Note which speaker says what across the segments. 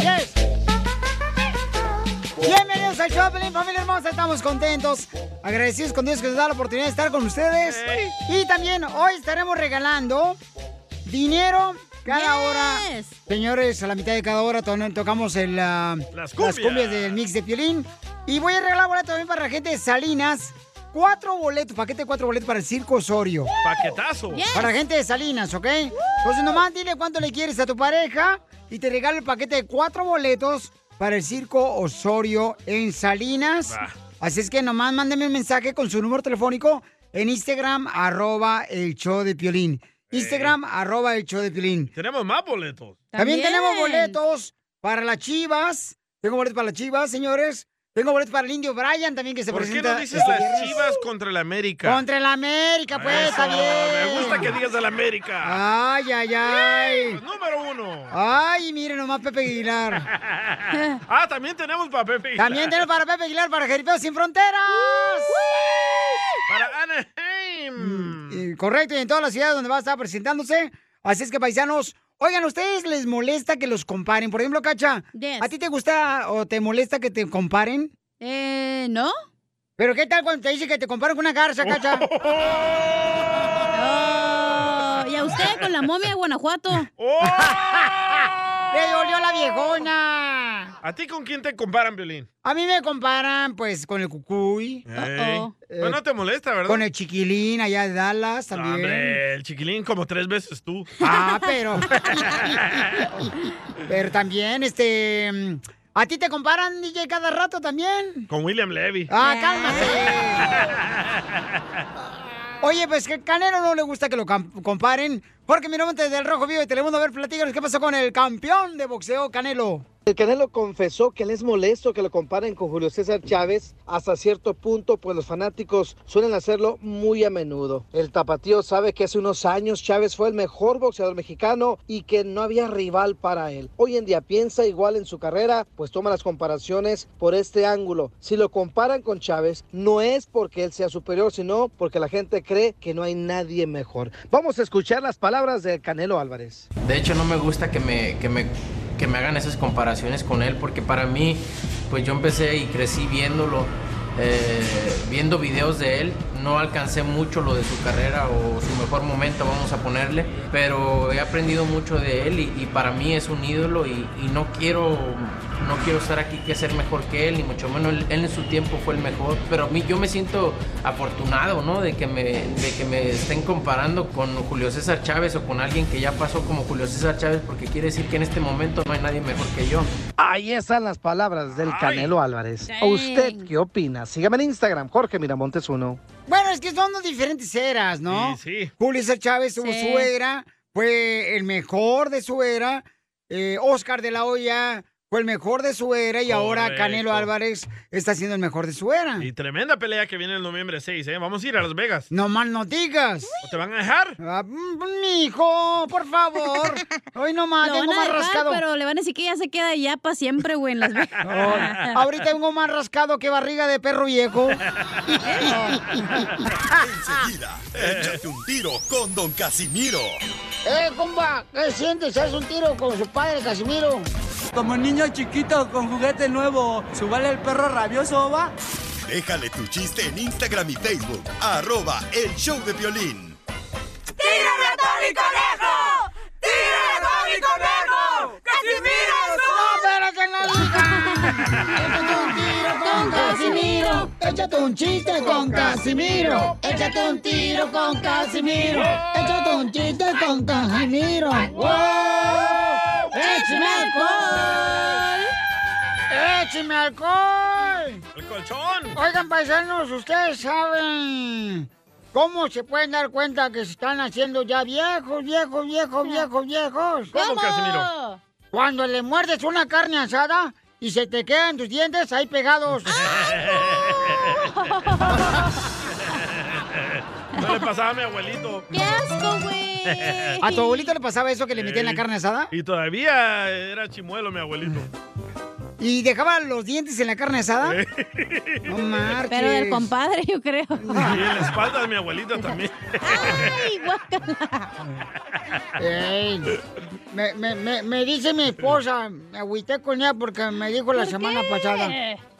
Speaker 1: Yes, yes.
Speaker 2: Bienvenidos al Choplin, familia hermosa, estamos contentos, agradecidos con Dios que nos da la oportunidad de estar con ustedes. Y también hoy estaremos regalando dinero cada hora. Señores, a la mitad de cada hora to- tocamos el, ah,
Speaker 1: Las cumbias.
Speaker 2: del mix de Piolín. Y voy a regalar boletos también para la gente de Salinas. Cuatro boletos, paquete de cuatro boletos para el Circo Osorio.
Speaker 3: Paquetazo.
Speaker 2: Para gente de Salinas, ¿ok? Entonces nomás dile cuánto le quieres a tu pareja y te regalo el paquete de cuatro boletos para el Circo Osorio en Salinas. Así es que nomás mándeme un mensaje con su número telefónico en Instagram, arroba el show de Piolín. Instagram, arroba el show de Piolín.
Speaker 3: Tenemos más boletos.
Speaker 2: También. tenemos
Speaker 3: También.
Speaker 2: boletos para las chivas. Tengo boletos para las chivas, señores. Tengo boletos para el Indio Brian también que se
Speaker 3: ¿Por qué
Speaker 2: presenta.
Speaker 3: no dices
Speaker 2: este
Speaker 3: las
Speaker 2: viernes.
Speaker 3: chivas contra el América?
Speaker 2: Contra el América, pues,
Speaker 3: Eso,
Speaker 2: está bien.
Speaker 3: Me gusta que digas el América. Pues
Speaker 2: Ay, ay, ay.
Speaker 3: Número uno.
Speaker 2: Ay, miren nomás Pepe Aguilar.
Speaker 3: ah, también tenemos para Pepe. Aguilar.
Speaker 2: También tenemos para Pepe Aguilar, para Jeripeo Sin Fronteras.
Speaker 3: Para Anaheim.
Speaker 2: Eh, Correcto, y en todas las ciudades donde va a estar presentándose. Así es que, paisanos, oigan, ¿a ustedes les molesta que los comparen? Por ejemplo, Cacha, ¿a ti te gusta o te molesta que te comparen? Eh, ¿no? ¿Pero qué tal cuando te dicen que te comparan con una garza, Cacha?
Speaker 4: y a usted con la momia de Guanajuato.
Speaker 2: Oh, ¡Le dolió la viejona!
Speaker 3: ¿A ti con quién te comparan, Violín?
Speaker 2: A mí me comparan, pues, con el cucuy.
Speaker 3: Ey. Pero no te molesta, ¿verdad?
Speaker 2: Con el chiquilín allá de Dallas también.
Speaker 3: Hombre, el chiquilín como tres veces tú.
Speaker 2: Ah, pero. pero también, este. mm, ¿A ti te comparan, DJ, cada rato también?
Speaker 3: Con William Levy.
Speaker 2: Ah, cálmate. Oye, pues que Canelo no le gusta que lo cam- comparen. Jorge Miramontes desde el Rojo Vivo de Telemundo. A ver, platícanos qué pasó con el campeón de boxeo, Canelo.
Speaker 5: El Canelo confesó que le es molesto que lo comparen con Julio César Chávez hasta cierto punto, pues los fanáticos suelen hacerlo muy a menudo. El tapatío sabe que hace unos años Chávez fue el mejor boxeador mexicano y que no había rival para él. Hoy en día piensa igual en su carrera, pues toma las comparaciones por este ángulo. Si lo comparan con Chávez, no es porque él sea superior, sino porque la gente cree que no hay nadie mejor. Vamos a escuchar las palabras de Canelo Álvarez.
Speaker 6: De hecho, no me gusta que me, que me, que me hagan esas comparaciones con él, porque para mí, pues yo empecé y crecí viéndolo, eh, viendo videos de él. No alcancé mucho lo de su carrera o su mejor momento, vamos a ponerle, pero he aprendido mucho de él y, y para mí es un ídolo y, y no quiero... No quiero estar aquí que ser mejor que él, ni mucho menos él, él en su tiempo fue el mejor. Pero a mí yo me siento afortunado, ¿no? De que me, de que me estén comparando con Julio César Chávez o con alguien que ya pasó como Julio César Chávez, porque quiere decir que en este momento no hay nadie mejor que yo.
Speaker 5: Ahí están las palabras del Canelo Álvarez. ¿A ¿Usted qué opina? Sígame en Instagram, Jorge Miramontes 1.
Speaker 2: Bueno, es que son dos diferentes eras, ¿no?
Speaker 5: Sí, sí.
Speaker 2: Julio César Chávez tuvo
Speaker 5: Sí.
Speaker 2: su era, fue el mejor de su era. Eh, Oscar de la Hoya fue el mejor de su era y ahora
Speaker 3: Correcto.
Speaker 2: Canelo Álvarez está siendo el mejor de su era.
Speaker 3: Y tremenda pelea que viene el noviembre 6, ¿eh? Vamos a ir a Las Vegas.
Speaker 2: No mal no digas. Ah, mm.
Speaker 3: ¿Te van a dejar?
Speaker 2: Mijo, por favor. Hoy no más,
Speaker 4: Lo
Speaker 2: tengo
Speaker 4: van a
Speaker 2: más
Speaker 4: dejar,
Speaker 2: rascado.
Speaker 4: pero le van a decir que ya se queda ya para siempre, güey, en Las Vegas.
Speaker 2: Ay, ahorita tengo más rascado que barriga de perro viejo.
Speaker 7: Enseguida, échate un tiro con Don Casimiro.
Speaker 2: ¡Eh, comba! ¿Qué sientes? ¿Haz un tiro con su padre, Casimiro?
Speaker 8: Como niño chiquito con juguete nuevo, subale el perro rabioso, va.
Speaker 7: Déjale tu chiste en Instagram y Facebook, arroba el show de violín.
Speaker 2: con Casimiro. Échate un chiste con Casimiro. Échate un tiro con Casimiro. Échate un chiste con Casimiro. ¡Wow! ¡Échame alcohol! ¡Échame alcohol!
Speaker 3: ¡El colchón!
Speaker 2: Oigan, paisanos, ¿ustedes saben cómo se pueden dar cuenta que se están haciendo ya viejos, viejos, viejos, viejos, viejos?
Speaker 3: ¿Cómo, Casimiro?
Speaker 2: Cuando le muerdes una carne asada y se te quedan tus dientes ahí pegados.
Speaker 3: No le pasaba a mi abuelito.
Speaker 4: ¡Qué asco, güey!
Speaker 2: ¿A tu abuelito le pasaba eso que le metían la
Speaker 3: Ey.
Speaker 2: carne asada?
Speaker 3: Y todavía era chimuelo mi abuelito.
Speaker 2: ¿Y dejaba los dientes en la carne asada? Ah, No marches.
Speaker 4: Pero del compadre, yo creo.
Speaker 3: Y en la espalda de mi abuelita también.
Speaker 2: Ey, me, me- me- me dice mi esposa, me agüité con ella porque me dijo la semana pasada.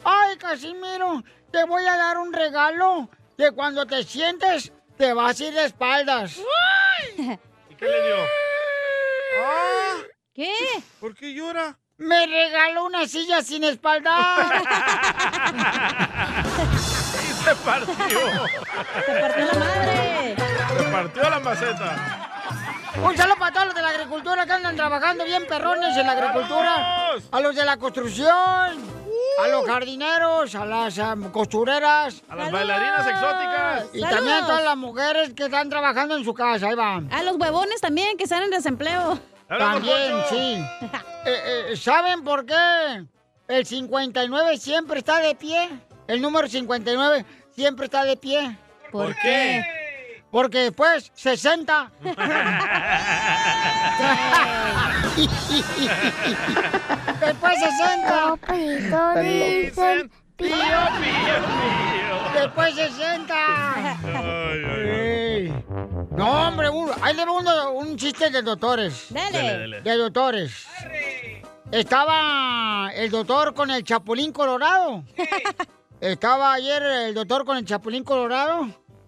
Speaker 2: Ay, Casimiro, te voy a dar un regalo que cuando te sientes te vas a ir de espaldas.
Speaker 3: ¿Y qué le dio?
Speaker 4: ¿Qué?
Speaker 3: Ah. ¿Por qué llora?
Speaker 2: Me regaló una silla sin espaldar.
Speaker 3: Y se partió.
Speaker 4: ¡Te partió la madre!
Speaker 3: Se partió la maceta.
Speaker 2: Un saludo para todos los de la agricultura que andan trabajando bien perrones en la agricultura.
Speaker 3: ¡Vamos!
Speaker 2: A los de la construcción, a los jardineros, a las am, costureras.
Speaker 3: A las bailarinas exóticas.
Speaker 2: Y
Speaker 4: ¡Saludos!
Speaker 2: también a todas las mujeres que están trabajando en su casa, ahí van.
Speaker 4: A los huevones también que están en desempleo.
Speaker 3: Habla con
Speaker 2: También,
Speaker 3: Poncho.
Speaker 2: sí. Eh, eh, ¿Saben por qué el 59 siempre está de pie? El número 59 siempre está de pie.
Speaker 3: ¿Por qué?
Speaker 2: Porque después 60. después 60.
Speaker 3: Dicen, pío, pío,
Speaker 2: Después 60.
Speaker 3: pío. Ay, ay, ay.
Speaker 2: Ey. No, hombre, un- ahí le va uno- un chiste de doctores.
Speaker 3: Dele,
Speaker 4: Dale.
Speaker 3: dele.
Speaker 2: De doctores. Estaba el doctor con el Chapulín Colorado. Estaba ayer el doctor con el Chapulín Colorado.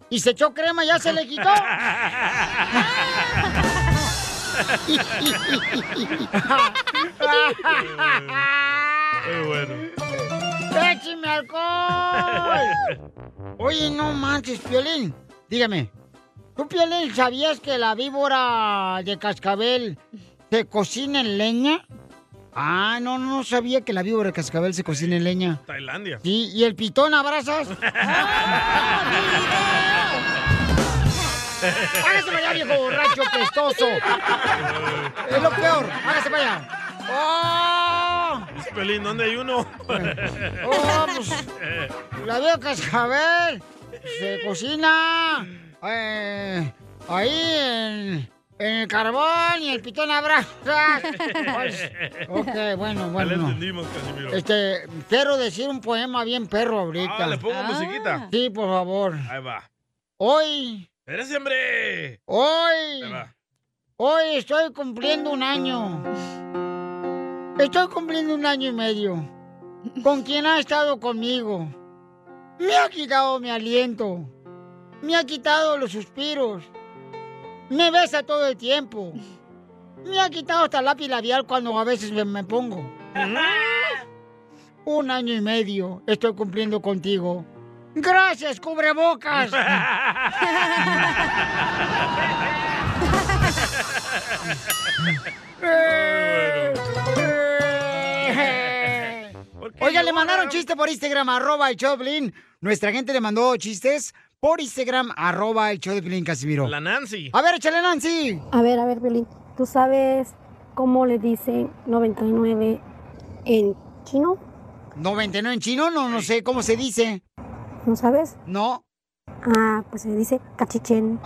Speaker 2: Y se echó crema, ya se le quitó.
Speaker 3: Muy bueno.
Speaker 2: ¡Écheme alcohol! Oye, no manches, Piolín. Dígame, ¿tú, Piolín, sabías que la víbora de cascabel se cocina en leña? Ah, no, no sabía que la víbora de cascabel se cocina en leña.
Speaker 3: Tailandia.
Speaker 2: Sí, ¿Y el pitón abrazas? Ah, ¡Hágase para allá, viejo borracho pestoso! Es lo peor, hágase para allá. ¡Oh!
Speaker 3: Dice Pelín, ¿dónde hay uno? Eh.
Speaker 2: ¡Oh, pues! La veo cascabel. Se cocina. eh, ahí en, en el carbón y el pitón abraza. Pues, ok, bueno,
Speaker 3: Ya le
Speaker 2: bueno. no.
Speaker 3: entendimos, Casimiro.
Speaker 2: Este, quiero decir un poema bien perro
Speaker 3: Ah, le
Speaker 2: ahorita.
Speaker 3: pongo musiquita.
Speaker 2: Sí, por favor.
Speaker 3: Ahí va.
Speaker 2: Hoy,
Speaker 3: ¡Eres hombre!
Speaker 2: hoy,
Speaker 3: Ahí va.
Speaker 2: hoy estoy cumpliendo un año. Estoy cumpliendo un año y medio. Con quien ha estado conmigo. Me ha quitado mi aliento. Me ha quitado los suspiros. Me besa todo el tiempo. Me ha quitado hasta el lápiz labial cuando a veces me, me pongo. Un año y medio estoy cumpliendo contigo. Gracias, cubrebocas.
Speaker 3: ¿Por qué
Speaker 2: Oiga, le
Speaker 3: llora?
Speaker 2: mandaron chiste por Instagram, arroba el show de Piolín. Nuestra gente le mandó chistes por Instagram, arroba el show de Piolín, Casimiro.
Speaker 3: La Nancy.
Speaker 2: A ver, échale, Nancy.
Speaker 1: A ver, a ver, Belín, ¿tú sabes cómo le dicen 99 en chino?
Speaker 2: 99 en chino, no, no sé cómo se dice.
Speaker 1: ¿No sabes?
Speaker 2: No.
Speaker 1: Ah, pues se dice cachichén.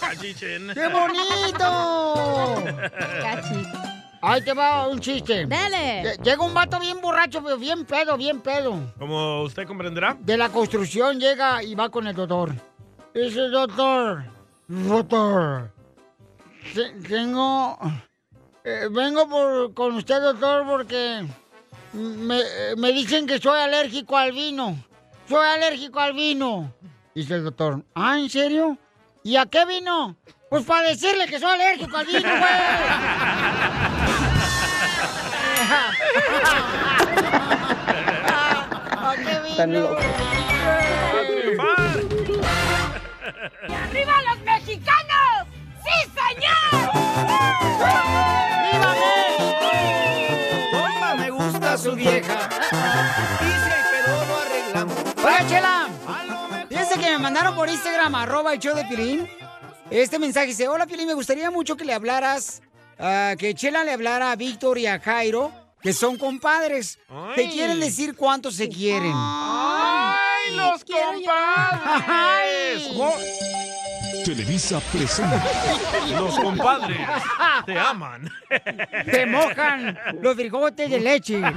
Speaker 3: Cachichen.
Speaker 2: ¡Qué bonito!
Speaker 4: Cachi.
Speaker 2: Ahí te va un chiste.
Speaker 4: Dale.
Speaker 2: Lle- Llega un vato bien borracho, pero bien pedo, bien pedo.
Speaker 3: Como usted comprenderá.
Speaker 2: de la construcción llega y va con el doctor. Dice, doctor, doctor, te- tengo, eh, vengo por, con usted, doctor, porque me, eh, me dicen que soy alérgico al vino. Soy alérgico al vino. Dice el doctor, ¿ah, en serio? ¿Y a qué vino? Pues para decirle que soy alérgico al vino, güey.
Speaker 9: ¡Y arriba los mexicanos! ¡Sí, señor! ¡Viva
Speaker 2: me gusta su vieja. Dice, pero lo arreglamos. Oiga, Chela. Fíjense que me mandaron por Instagram, arroba el show de Pilín. Este mensaje dice, hola Pilín, me gustaría mucho que le hablaras, ah, que Chela le hablara a Víctor y a Jairo, que son compadres. Te
Speaker 9: Ay.
Speaker 2: quieren decir cuánto se quieren.
Speaker 9: ¡Ay, los compadres!
Speaker 2: Oh,
Speaker 10: Televisa presenta
Speaker 3: Los compadres te aman.
Speaker 2: Te mojan los frijotes de leche.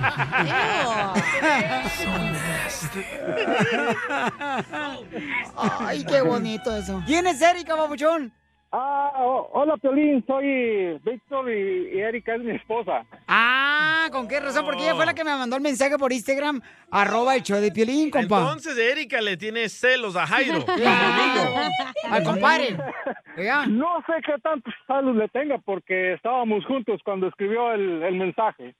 Speaker 2: este. Ay, qué bonito eso. ¿Quién es Erika, babuchón?
Speaker 11: Ah, ho- hola, Piolín, soy Víctor y, y Erika es mi esposa.
Speaker 2: Ah, ¿con qué razón? Porque ella fue la que me mandó el mensaje por Instagram, arroba el show de Piolín, compa.
Speaker 3: Entonces Erika le tiene celos a Jairo.
Speaker 2: Al Ah, compadre.
Speaker 11: No sé qué tantos saludos le tenga porque estábamos juntos cuando escribió el, el mensaje.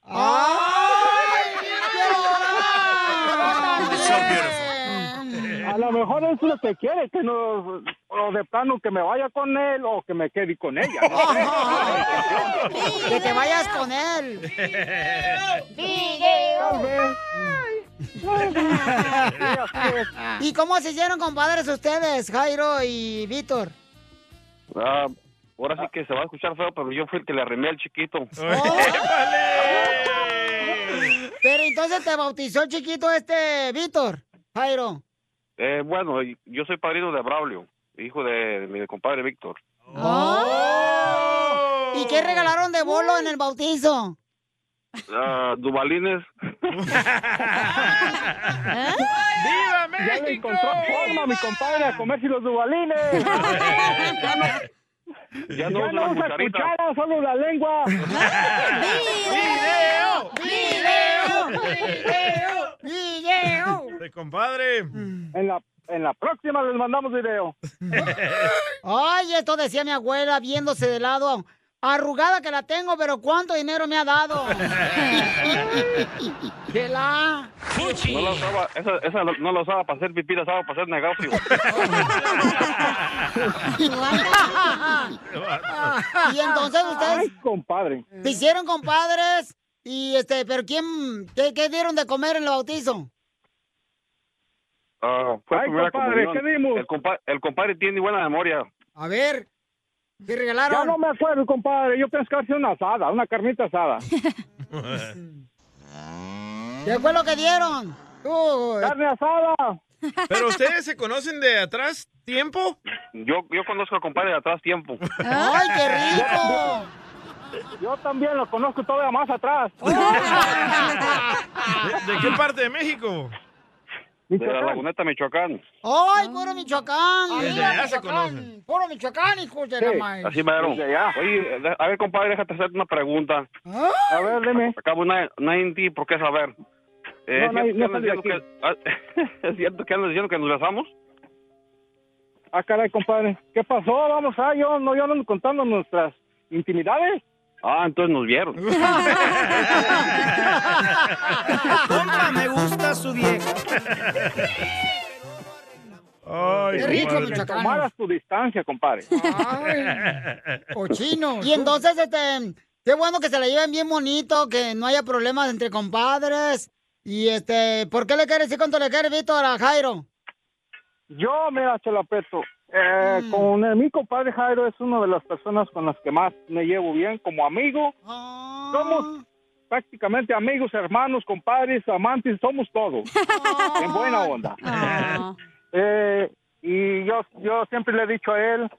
Speaker 11: A lo mejor es lo que quiere, que no, o de plano que me vaya con él o que me quede con ella. no sé.
Speaker 2: Que te vayas con él. ¿Y cómo se hicieron compadres ustedes, Jairo y Víctor?
Speaker 12: Ah, ahora sí que se va a escuchar feo, pero yo fui el que le arrimé al chiquito.
Speaker 2: Pero entonces te bautizó chiquito este Víctor, Jairo.
Speaker 12: Eh, bueno, y- yo soy padrino de Braulio, hijo de, de mi compadre Víctor.
Speaker 2: ¿Y qué regalaron de bolo en el bautizo?
Speaker 12: Ah, Dubalines.
Speaker 11: ¡Viva México! Ya le encontró forma mi compadre a comerse los dubalines.
Speaker 12: Ya
Speaker 11: ya no,
Speaker 12: no
Speaker 11: ya
Speaker 12: uso
Speaker 11: no
Speaker 12: la
Speaker 11: usa
Speaker 12: cucharita.
Speaker 11: cuchara, solo la lengua.
Speaker 9: ¡Video!
Speaker 11: ¡Video!
Speaker 9: ¡Video!
Speaker 2: ¡Video!
Speaker 3: De compadre.
Speaker 11: En la, en la próxima les mandamos video.
Speaker 2: Ay, esto decía mi abuela viéndose de lado. Arrugada que la tengo, pero ¿cuánto dinero me ha dado? De la...
Speaker 12: No la usaba, esa, esa lo- no la usaba para hacer pipí, la usaba para hacer negocio.
Speaker 2: y entonces ustedes
Speaker 11: Ay, compadre.
Speaker 2: se hicieron compadres y este, pero ¿quién, qué, qué dieron de comer en el bautizo?
Speaker 12: Ah, fue
Speaker 11: Ay,
Speaker 12: primera
Speaker 11: compadre,
Speaker 12: comunión.
Speaker 11: ¿qué dimos?
Speaker 12: El, compa- el compadre tiene buena memoria.
Speaker 2: A ver, ¿qué regalaron?
Speaker 11: Ya no me acuerdo, compadre. Yo pienso que hace una asada, una carnita asada.
Speaker 2: ¿Qué fue lo que dieron? eh.
Speaker 11: ¡Carne asada!
Speaker 3: Pero ustedes se conocen de atrás tiempo.
Speaker 12: Yo, yo conozco al compadre de atrás tiempo.
Speaker 2: ¡Ay, qué rico!
Speaker 11: Yo también lo conozco todavía más atrás.
Speaker 3: ¿De, de qué parte de México?
Speaker 12: De la laguneta Michoacán.
Speaker 2: ¡Ay, puro Michoacán!
Speaker 12: Desde
Speaker 2: Viva
Speaker 12: allá Ah, se
Speaker 2: Michoacán. ¡Puro Michoacán, hijos de la madre!
Speaker 12: Así me dieron. "Ah, Oye, de- a ver, compadre, déjate hacerte una pregunta.
Speaker 11: A ver, dime.
Speaker 12: Acabo nadie, nadie en ti, ¿por qué saber? Eh,
Speaker 11: No,
Speaker 12: ¿es, cierto que
Speaker 11: no, no
Speaker 12: andas diciendo que- ah, ¿Es cierto que andas diciendo que nos besamos?
Speaker 11: Ah, caray, compadre. ¿Qué pasó? Vamos, ah, yo no, yo no ando contando nuestras intimidades.
Speaker 12: Ah, entonces nos vieron.
Speaker 2: Compa, me gusta su vieja.
Speaker 3: Ay,
Speaker 2: Qué rico,
Speaker 11: compadre.
Speaker 2: Michoacán.
Speaker 11: Que tomaras tu distancia, compadre.
Speaker 2: Cochino. Y entonces, este, qué bueno que se la lleven bien bonito, que no haya problemas entre compadres. Y este, ¿por qué le quieres decir cuánto le quieres, Víctor, a Jairo?
Speaker 11: Yo, mira, Chela Prieto, eh, con el- mi compadre Jairo es una de las personas con las que más me llevo bien como amigo. Somos prácticamente amigos, hermanos, compadres, amantes, somos todos. en buena onda. Eh, y yo, yo siempre le he dicho a él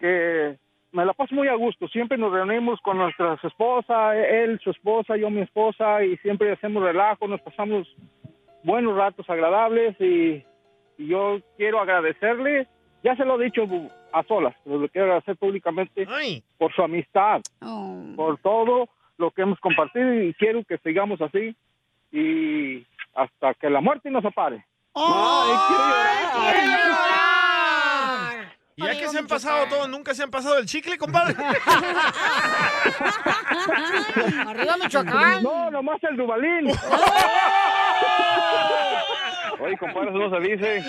Speaker 11: que me la paso muy a gusto. Siempre nos reunimos con nuestras esposas, él, su esposa, yo, mi esposa, y siempre hacemos relajo, nos pasamos buenos ratos agradables y, y yo quiero agradecerle, ya se lo he dicho a solas, pero lo quiero agradecer públicamente por su amistad,
Speaker 2: Oh.
Speaker 11: por todo lo que hemos compartido y quiero que sigamos así y hasta que la muerte nos separe.
Speaker 2: ¡Ay,
Speaker 11: quiero llorar!
Speaker 2: ¡Quiero llorar!
Speaker 3: Y hay Ya que se han pasado todos, nunca se han pasado el chicle, compadre.
Speaker 2: ¡Arriba Michoacán!
Speaker 11: No, nomás el Dubalín.
Speaker 12: Oye, compadre, eso no se dice.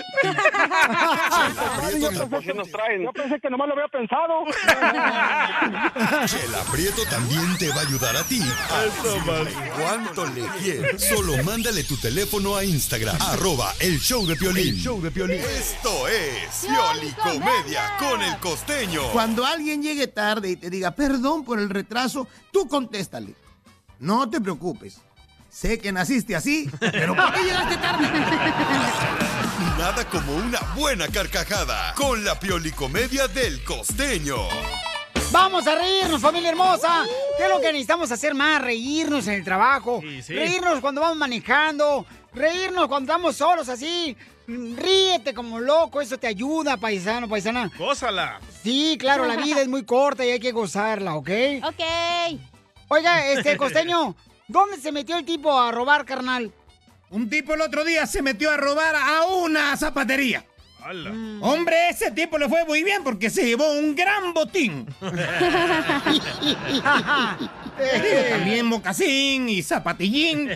Speaker 11: ¿Por qué nos traen? Yo pensé que nomás lo había pensado.
Speaker 7: Chela Prieto también te va a ayudar a ti. a decirle ¿Cuánto le quieres? Solo mándale tu teléfono a Instagram. arroba el show de Piolín.
Speaker 13: El show de Piolín.
Speaker 7: Esto es Pioli Comedia con el costeño.
Speaker 13: Cuando alguien llegue tarde y te diga perdón por el retraso, tú contéstale. No te preocupes. Sé que naciste así, pero ¿por qué llegaste tarde?
Speaker 7: Nada como una buena carcajada con la Pioli Comedia del costeño.
Speaker 2: Vamos a reírnos, familia hermosa. ¿Qué es lo que necesitamos hacer más? Reírnos en el trabajo.
Speaker 9: sí.
Speaker 2: Reírnos cuando vamos manejando. Reírnos cuando estamos solos así. Mm, Ríete como loco, eso te ayuda, paisano, paisana.
Speaker 3: Gózala.
Speaker 2: Sí, claro, la vida es muy corta y hay que gozarla, ¿ok?
Speaker 4: Ok.
Speaker 2: Oiga, este costeño, ¿dónde se metió el tipo a robar, carnal?
Speaker 14: Un tipo el otro día se metió a robar a una zapatería.
Speaker 2: Mm.
Speaker 14: Hombre, ese tipo le fue muy bien porque se llevó un gran botín. Este, También mocasín y zapatillín.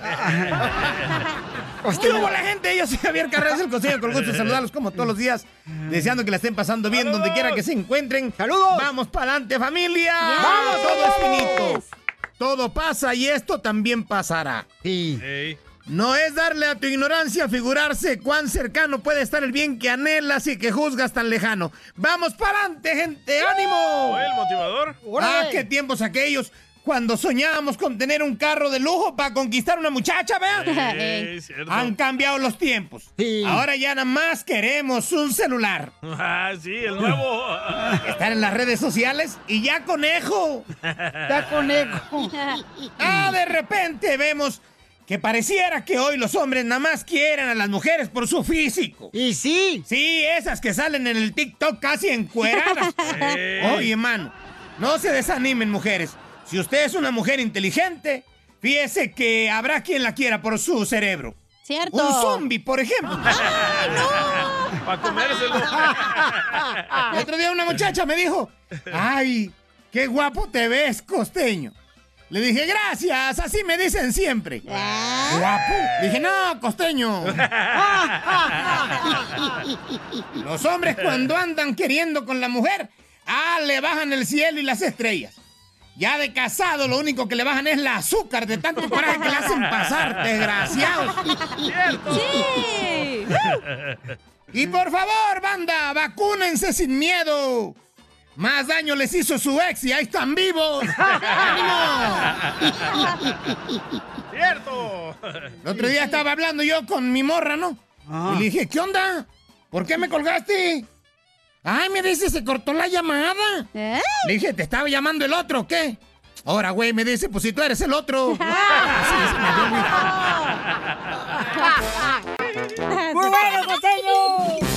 Speaker 14: ¿Qué hubo la gente? Yo soy Javier Carranza, el consejo con el gusto de saludarlos como todos los días, deseando que la estén pasando bien donde quiera que se encuentren. ¡Saludos! ¡Vamos para adelante, familia!
Speaker 9: ¡Vamos,
Speaker 14: Todo es
Speaker 9: vamos!
Speaker 14: finito. Todo pasa y esto también pasará. No es darle a tu ignorancia figurarse cuán cercano puede estar el bien que anhelas y que juzgas tan lejano. ¡Vamos para adelante, gente! ¡Ánimo!
Speaker 3: ¿El motivador?
Speaker 14: ¡Ah, qué tiempos aquellos! Cuando soñábamos con tener un carro de lujo para conquistar una muchacha, ¿verdad?
Speaker 3: Ey, cierto.
Speaker 14: Han cambiado los tiempos. Ahora ya nada más queremos un celular.
Speaker 3: Ah, sí, el nuevo.
Speaker 14: Estar en las redes sociales y ya conejo. Ya conejo. Ah, de repente vemos que pareciera que hoy los hombres nada más quieren a las mujeres por su físico.
Speaker 2: Y sí.
Speaker 14: Sí, esas que salen en el TikTok casi encueradas. Oye, mano, no se desanimen, mujeres. Si usted es una mujer inteligente, fíjese que habrá quien la quiera por su cerebro.
Speaker 4: Cierto.
Speaker 14: Un zombie, por ejemplo.
Speaker 3: Para comérselo.
Speaker 9: Ah.
Speaker 14: El otro día una muchacha me dijo, ay, qué guapo te ves, costeño. Le dije, gracias, así me dicen siempre. Guapo. Dije, no, costeño.
Speaker 9: Ah.
Speaker 14: Los hombres cuando andan queriendo con la mujer, ah, le bajan el cielo y las estrellas. Ya de casado lo único que le bajan es la azúcar de tanto coraje que le hacen pasar, desgraciados.
Speaker 9: Sí.
Speaker 14: Y por favor, banda, vacúnense sin miedo. Más daño les hizo su ex y ahí están vivos. ¡Ánimo!
Speaker 3: ¡Cierto!
Speaker 14: El otro día estaba hablando yo con mi morra, ¿no? Y le dije, ¿qué onda? ¿Por qué me colgaste? Ay, me dice, se cortó la llamada. Le dije, ¿te estaba llamando el otro o qué? Ahora, güey, me dice, pues si tú eres el otro. Así se me dio, güey.
Speaker 9: ¡Muy bueno,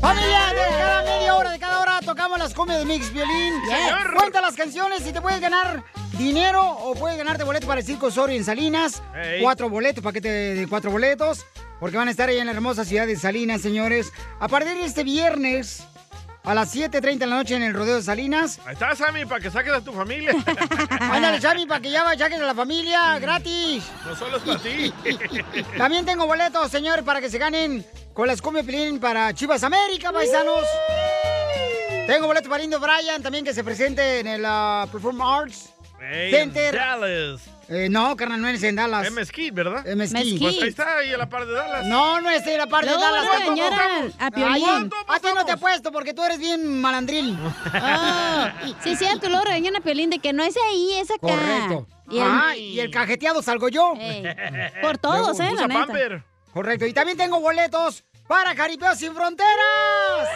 Speaker 2: ¡Familia! De cada media hora, de cada hora tocamos las cumbias de Mix Violín.
Speaker 9: Señor.
Speaker 2: Cuenta las canciones y te puedes ganar dinero o puedes ganarte boleto para el Circo Osorio en Salinas.
Speaker 9: Ey.
Speaker 2: Cuatro boletos, paquete de cuatro boletos. Porque van a estar ahí en la hermosa ciudad de Salinas, señores. A partir de este viernes a las 7.30 de la noche en el Rodeo de Salinas.
Speaker 3: Ahí está, Sammy, para que saques a tu familia.
Speaker 2: Ándale, Xavi, para que ya vayas a la familia, gratis.
Speaker 3: No solo es para ti.
Speaker 2: También tengo boletos, señor, para que se ganen con las Cumbia Pilín para Chivas América, paisanos. Tengo boletos para Indo Bryan también que se presente en el ah, Perform Arts
Speaker 3: Ey, en
Speaker 2: Center.
Speaker 3: Dallas.
Speaker 2: Eh, no, carnal, no es en Dallas.
Speaker 3: En Mesquite, ¿verdad?
Speaker 2: En Mesquite. Mesquite.
Speaker 3: Pues ahí está, ahí a la par de Dallas.
Speaker 2: Eh, No, no es en la parte de
Speaker 3: Luego
Speaker 2: Dallas.
Speaker 3: van a
Speaker 2: tampoco.
Speaker 3: dañar a- a Piolín.
Speaker 2: Ay,
Speaker 3: ¿Cuánto
Speaker 2: A ti no te apuesto porque tú eres bien malandril.
Speaker 4: Ah, sí, sí, tú lo regañan a Piolín de que no es ahí, es acá.
Speaker 2: Correcto.
Speaker 4: Y el-
Speaker 2: ah, y el cajeteado salgo yo.
Speaker 4: Por todos, eh, la
Speaker 2: Luego, usa
Speaker 4: neta.
Speaker 2: pamper. Correcto. Y también tengo boletos para Jaripeo Sin Fronteras.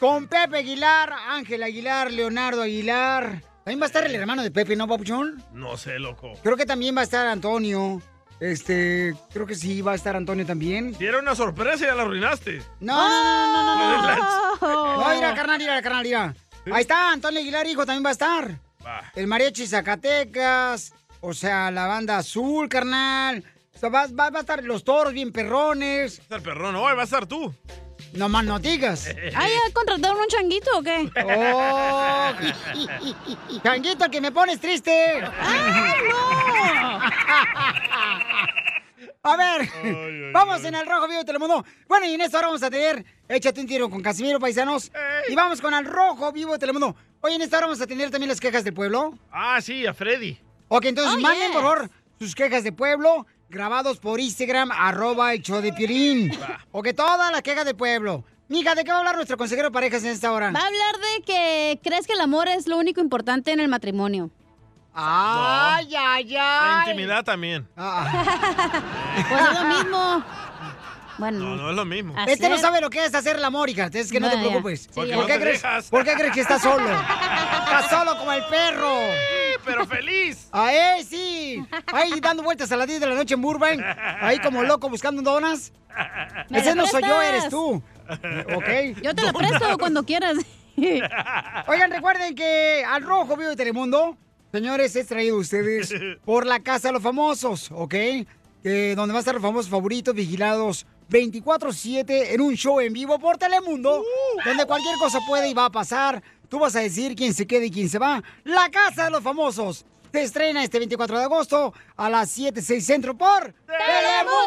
Speaker 2: Con Pepe Aguilar, Ángel Aguilar, Leonardo Aguilar. También va a estar el hermano de Pepe, ¿no, Papuchón?
Speaker 3: No sé, loco.
Speaker 2: Creo que también va a estar Antonio. Este, creo que sí, va a estar Antonio también.
Speaker 3: Si era una sorpresa, ya la arruinaste.
Speaker 2: No, no, no, no, no, no.
Speaker 3: Relax.
Speaker 2: No, mira, carnal, mira, carnal, mira. Ahí está, Antonio Aguilar, hijo, también va a estar.
Speaker 3: Va.
Speaker 2: El mariachi Zacatecas, o sea, la banda azul, carnal. O sea, vas- vas- va, a estar los toros bien perrones. Va a
Speaker 3: estar perrón hoy, va a estar tú.
Speaker 2: No más no digas.
Speaker 4: ¿Ah, ya contrataron un changuito o qué?
Speaker 2: ¡Oh! ¡Changuito, el que me pones triste! A ver, vamos en el rojo vivo de Telemundo. Bueno, y en esto ahora vamos a tener Échate un tiro con Casimiro, paisanos. Y vamos con el rojo vivo de Telemundo. Oye, en esta hora vamos a tener también las quejas del pueblo.
Speaker 3: Ah, sí, a Freddy.
Speaker 2: Ok, entonces
Speaker 3: Oh,
Speaker 2: manden,
Speaker 3: yeah.
Speaker 2: por favor, sus quejas de pueblo grabados por Instagram, arroba el show de Piolín. Ok, todas las quejas de pueblo. Mija, ¿de qué va a hablar nuestro consejero de parejas en esta hora?
Speaker 4: Va a hablar de que crees que el amor es lo único importante en el matrimonio.
Speaker 2: ¡Ay, ay,
Speaker 3: La
Speaker 2: ay!
Speaker 3: intimidad también.
Speaker 2: Ah.
Speaker 4: Pues es lo mismo. Bueno.
Speaker 3: No, no es lo mismo.
Speaker 2: Este no sabe lo que es hacer el amor, hija. Es que no,
Speaker 3: No,
Speaker 2: te
Speaker 3: ya.
Speaker 2: preocupes.
Speaker 3: Sí, Porque ya. no te
Speaker 2: crees,
Speaker 3: dejas.
Speaker 2: por qué crees que está solo? Está solo como el perro.
Speaker 3: Sí, pero feliz.
Speaker 2: ¡Ay, sí! Ahí dando vueltas a las 10 de la noche en Burbank. Ahí como loco buscando donas.
Speaker 4: ¿Me
Speaker 2: Ese
Speaker 4: la
Speaker 2: no soy yo,
Speaker 4: prestas?
Speaker 2: eres tú. Ok.
Speaker 4: Yo te la presto cuando quieras.
Speaker 2: Oigan, recuerden que al rojo vivo de Telemundo, señores, es traído a ustedes por la Casa de los Famosos, ¿ok? Eh, donde van a estar los famosos favoritos vigilados 24-7 en un show en vivo por Telemundo, donde cualquier cosa puede y va a pasar. Tú vas a decir quién se queda y quién se va. La Casa de los Famosos se estrena este 24 de agosto a las 7, 6 centro por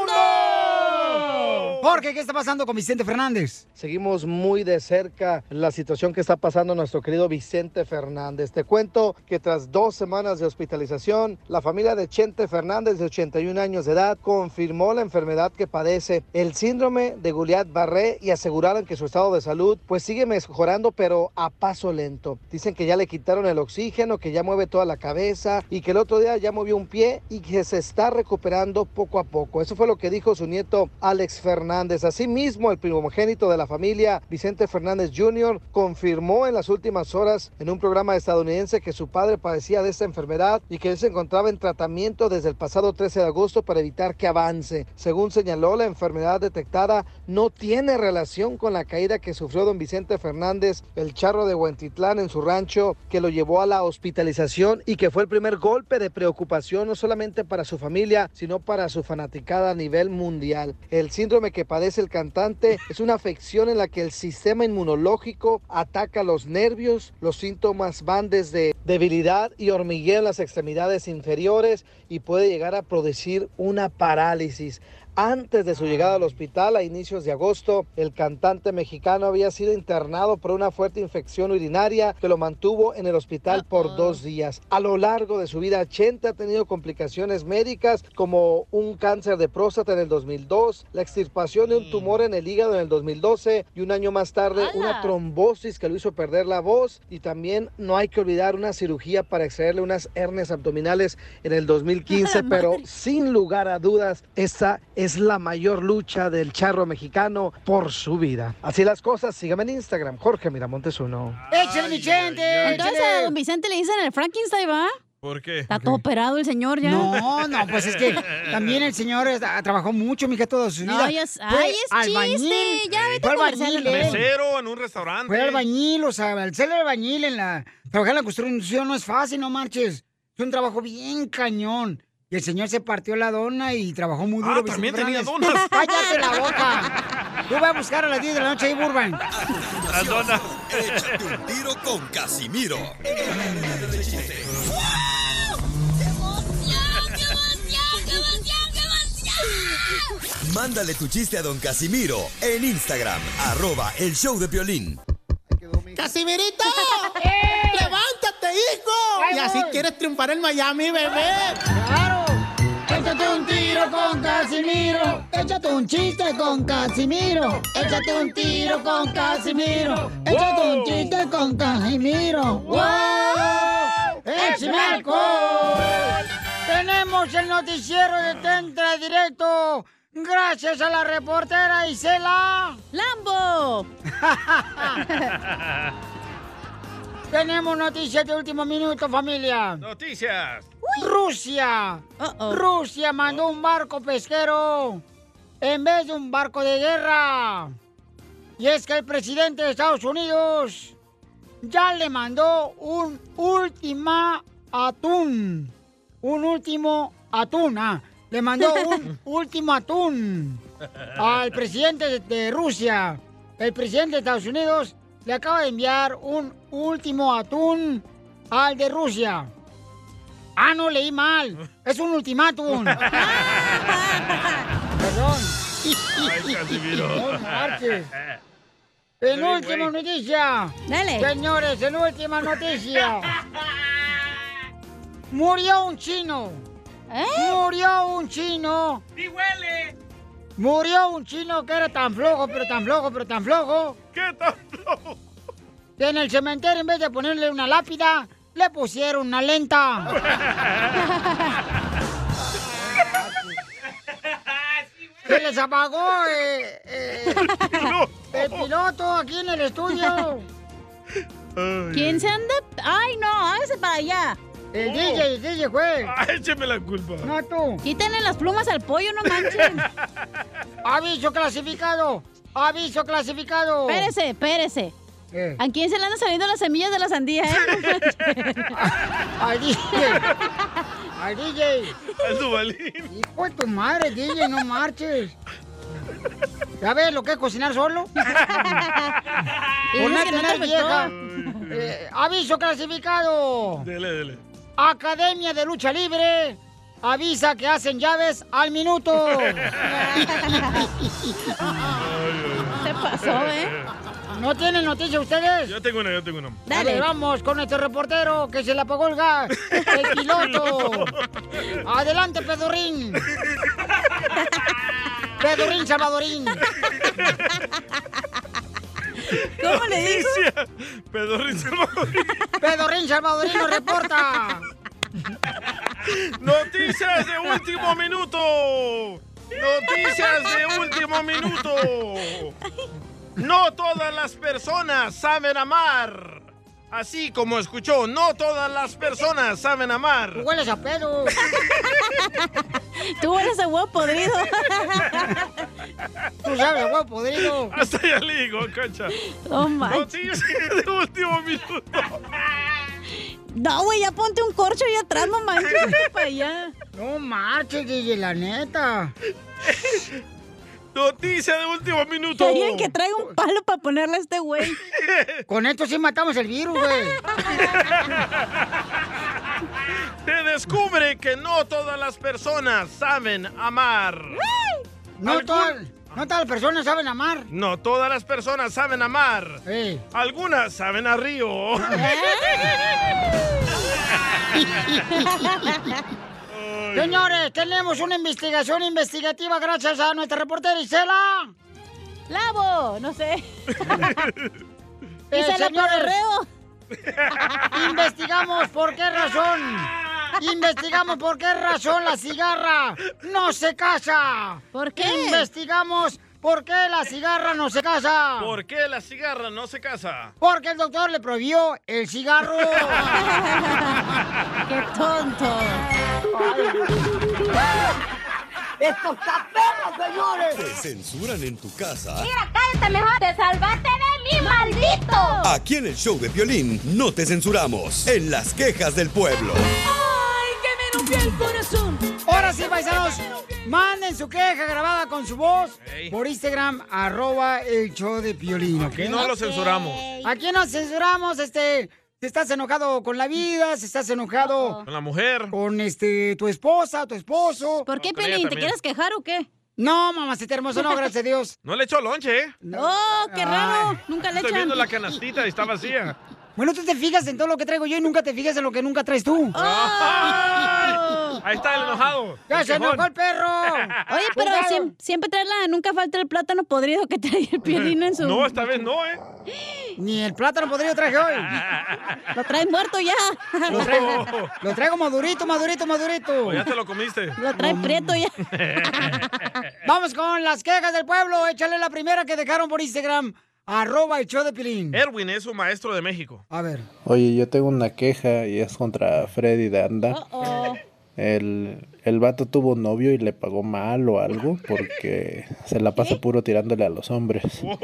Speaker 9: Oh.
Speaker 2: Telemundo. Jorge, ¿qué está pasando con Vicente Fernández?
Speaker 5: Seguimos muy de cerca la situación que está pasando nuestro querido Vicente Fernández. Te cuento que tras dos semanas de hospitalización, la familia de Chente Fernández, de 81 años de edad, confirmó la enfermedad que padece, el síndrome de Guillain-Barré, y aseguraron que su estado de salud pues sigue mejorando, pero a paso lento. Dicen que ya le quitaron el oxígeno, que ya mueve toda la cabeza y que el otro día ya movió un pie y que se está recuperando poco a poco. Eso fue lo que dijo su nieto Alex Fernández. Asimismo, el primogénito de la familia, Vicente Fernández Jr., confirmó en las últimas horas en un programa estadounidense que su padre padecía de esta enfermedad y que él se encontraba en tratamiento desde el pasado 13 de agosto para evitar que avance. Según señaló, la enfermedad detectada no tiene relación con la caída que sufrió don Vicente Fernández, el charro de Huentitlán, en su rancho, que lo llevó a la hospitalización y que fue el primer golpe de preocupación no solamente para su familia, sino para su fanaticada a nivel mundial. El síndrome que padece el cantante es una afección en la que el sistema inmunológico ataca los nervios, los síntomas van desde debilidad y hormigueo en las extremidades inferiores y puede llegar a producir una parálisis. Antes de su llegada al hospital a inicios de agosto, el cantante mexicano había sido internado por una fuerte infección urinaria que lo mantuvo en el hospital por dos días. A lo largo de su vida, Chente ha tenido complicaciones médicas como un cáncer de próstata en el 2002, la extirpación de un tumor en el hígado en el 2012 y un año más tarde una trombosis que lo hizo perder la voz y también no hay que olvidar una cirugía para extraerle unas hernias abdominales en el 2015, pero sin lugar a dudas, esa es la mayor lucha del charro mexicano por su vida. Así las cosas, sígame en Instagram, Jorge Miramontes uno.
Speaker 2: ¡Échale, mi gente!
Speaker 4: Entonces a don Vicente le dicen el Frankenstein, ¿va?
Speaker 3: ¿Por qué?
Speaker 4: Está todo operado el señor ya.
Speaker 2: No, no, pues es que también el señor es- ah, trabajó mucho, mija, toda su
Speaker 4: No,
Speaker 2: vida.
Speaker 4: ya es-
Speaker 2: Fue
Speaker 4: ay, es
Speaker 2: albañil,
Speaker 4: chiste, ya vete
Speaker 2: fue
Speaker 4: a comercial,
Speaker 2: albañil,
Speaker 4: hombre.
Speaker 2: él.
Speaker 3: Mesero en un restaurante.
Speaker 2: Fue albañil, o sea, el ser albañil en la... Trabajar en la construcción no es fácil, no marches. Es un trabajo bien cañón. Y el señor se partió la dona y trabajó muy duro.
Speaker 3: Ah, también
Speaker 2: Vicente
Speaker 3: tenía
Speaker 2: Fernández.
Speaker 3: donas.
Speaker 2: ¡Cállate la boca! Yo voy a buscar a las 10 de la noche ahí, Burbank.
Speaker 7: Las donas. Échate un tiro con Casimiro. Mándale tu chiste a don Casimiro en Instagram, arroba el show de violín.
Speaker 9: ¡Casimirito! ¡Levántate, hijo!
Speaker 13: Ahí
Speaker 9: Y así
Speaker 13: voy.
Speaker 9: quieres triunfar en Miami, bebé.
Speaker 2: ¡Claro! Échate un tiro con Casimiro. Échate un chiste con Casimiro. Échate un tiro con Casimiro. Échate un chiste con Casimiro. ¡Wow! ¡Échame alcohol! Tenemos el noticiero de Tentra Directo. Gracias a la reportera Isela. ¡Lambo! Tenemos noticias de último minuto, familia.
Speaker 3: Noticias.
Speaker 2: Rusia. Rusia mandó un barco pesquero en vez de un barco de guerra. Y es que el presidente de Estados Unidos ya le mandó un última atún. Un último atún. ah. le mandó un último atún al presidente de, de Rusia. El presidente de Estados Unidos le acaba de enviar un último atún al de Rusia. Ah, no leí mal. Es un ultimátum. Perdón.
Speaker 9: Ay, Casimiro.
Speaker 2: No marches. En
Speaker 9: Ay,
Speaker 2: última noticia. Dale. Señores, en última noticia. Murió un chino. Murió un chino.
Speaker 9: ¡Y huele!
Speaker 2: Murió un chino que era tan flojo, pero tan flojo, pero tan flojo. ¿Qué tan flojo? Que en el cementerio, en vez de ponerle una lápida, le pusieron una lenta. Se les apagó eh, eh, el piloto aquí en el estudio.
Speaker 4: ¿Quién se anda? ¡Ay, no! ¡Hágase para allá! Oh.
Speaker 2: El DJ, el DJ, güey.
Speaker 3: Écheme la culpa.
Speaker 2: No tú.
Speaker 4: Quítenle las plumas al pollo, no manchen.
Speaker 2: Aviso clasificado. Aviso clasificado.
Speaker 4: Espérese, espérese. ¿A quién se le andan saliendo las semillas de la sandía, eh?
Speaker 2: Al DJ. Al DJ.
Speaker 3: Al Dubalín.
Speaker 2: Hijo de tu madre, DJ, no marches. ¿Ya ves lo que es cocinar solo? Por
Speaker 9: dice
Speaker 2: no
Speaker 9: que no te
Speaker 2: tener vieja. Eh, aviso clasificado.
Speaker 3: Dele, dele.
Speaker 2: Academia de Lucha Libre avisa que hacen llaves al minuto.
Speaker 4: Se
Speaker 3: pasó, ¿eh?
Speaker 2: ¿No tienen noticia ustedes?
Speaker 3: Yo tengo una, yo tengo una.
Speaker 2: Dale, vamos con nuestro reportero que se la apagó el gas. El piloto. Adelante, Pedurrín. Pedurrín Salvadorín.
Speaker 3: ¿Cómo le digo? Pedorrín Salvadorín.
Speaker 2: Pedorrín Salvadorín nos reporta.
Speaker 3: Noticias de último minuto. Noticias de último minuto. No todas las personas saben amar. Así como escuchó, no todas las personas saben amar.
Speaker 2: Hueles a pedo.
Speaker 4: Tú eres el huevo podrido.
Speaker 2: Tú sabes, huevo podrido.
Speaker 3: Hasta ya le digo, cacha.
Speaker 4: No manches.
Speaker 3: Noticias de último minuto.
Speaker 4: No, güey, ya ponte un corcho ahí atrás, no manches. vete para allá.
Speaker 2: No marches, DJ, la neta.
Speaker 3: Noticia de último minuto.
Speaker 4: Querían que traiga un palo para ponerle a este güey.
Speaker 2: Con esto sí matamos el virus, güey.
Speaker 3: Se descubre que no todas las personas saben amar.
Speaker 2: No, todas- no todas las personas saben amar.
Speaker 3: No todas las personas saben amar. Algunas saben a río.
Speaker 2: Señores, tenemos una investigación investigativa gracias a nuestra reportera Isela.
Speaker 4: Lavo, no sé.
Speaker 9: Isela
Speaker 2: Investigamos por qué razón. Investigamos por qué razón la cigarra no se casa. ¿Por
Speaker 4: qué?
Speaker 2: Investigamos por qué la cigarra no se casa.
Speaker 3: ¿Por qué la cigarra no se casa?
Speaker 2: Porque el doctor le prohibió el cigarro.
Speaker 4: ¡Qué tonto!
Speaker 2: ¡Esto está perro,
Speaker 7: Te censuran en tu casa.
Speaker 15: cállate mejor. Te salvaste de mí, maldito.
Speaker 7: Aquí en el show de violín no te censuramos. En las quejas del pueblo.
Speaker 2: ¡Ay, que me rompió el corazón! Ahora sí, paisanos, manden su queja grabada con su voz por Instagram, arroba el show de Piolín, ¿ok?
Speaker 3: Aquí no lo censuramos.
Speaker 2: Aquí nos censuramos, este... Si estás enojado con la vida, si estás enojado...
Speaker 3: Con la mujer.
Speaker 2: Con, este, tu esposa, tu esposo. ¿Por
Speaker 4: qué, Con ella Piolín? ¿Te también. quieres
Speaker 2: quejar o qué? No, mamacita hermosa, no, gracias a Dios.
Speaker 3: No le echó lonche, ¿eh?
Speaker 2: ¡Oh,
Speaker 4: qué raro! Nunca le
Speaker 3: Estoy
Speaker 4: echan.
Speaker 3: viendo la canastita y está vacía.
Speaker 2: Bueno, tú te fijas en todo lo que traigo yo y nunca te fijas en lo que nunca traes tú.
Speaker 3: Ahí está el enojado.
Speaker 2: ¡Ya
Speaker 3: El
Speaker 2: se
Speaker 3: quejón.
Speaker 2: enojó el perro!
Speaker 4: Oye, pero
Speaker 2: Cuidado.
Speaker 4: siem- siempre trae la... Nunca falta el plátano podrido que trae el piolín en su...
Speaker 3: No, esta vez no, ¿eh?
Speaker 2: Ni el plátano podrido traje hoy.
Speaker 4: Lo traes muerto ya.
Speaker 2: Lo traigo, lo traigo madurito, madurito, madurito.
Speaker 3: O Pues ya te lo comiste.
Speaker 2: Lo trae prieto ya. Vamos con las quejas del pueblo. Échale la primera que dejaron por Instagram. Arroba el show de Pilín.
Speaker 3: Erwin es un maestro de México.
Speaker 2: A ver.
Speaker 16: Oye, yo tengo una queja y es contra Freddy de
Speaker 3: Oh.
Speaker 16: Anda. El, el vato tuvo novio y le pagó mal o algo porque se la pasa puro tirándole a los hombres.
Speaker 9: Oh.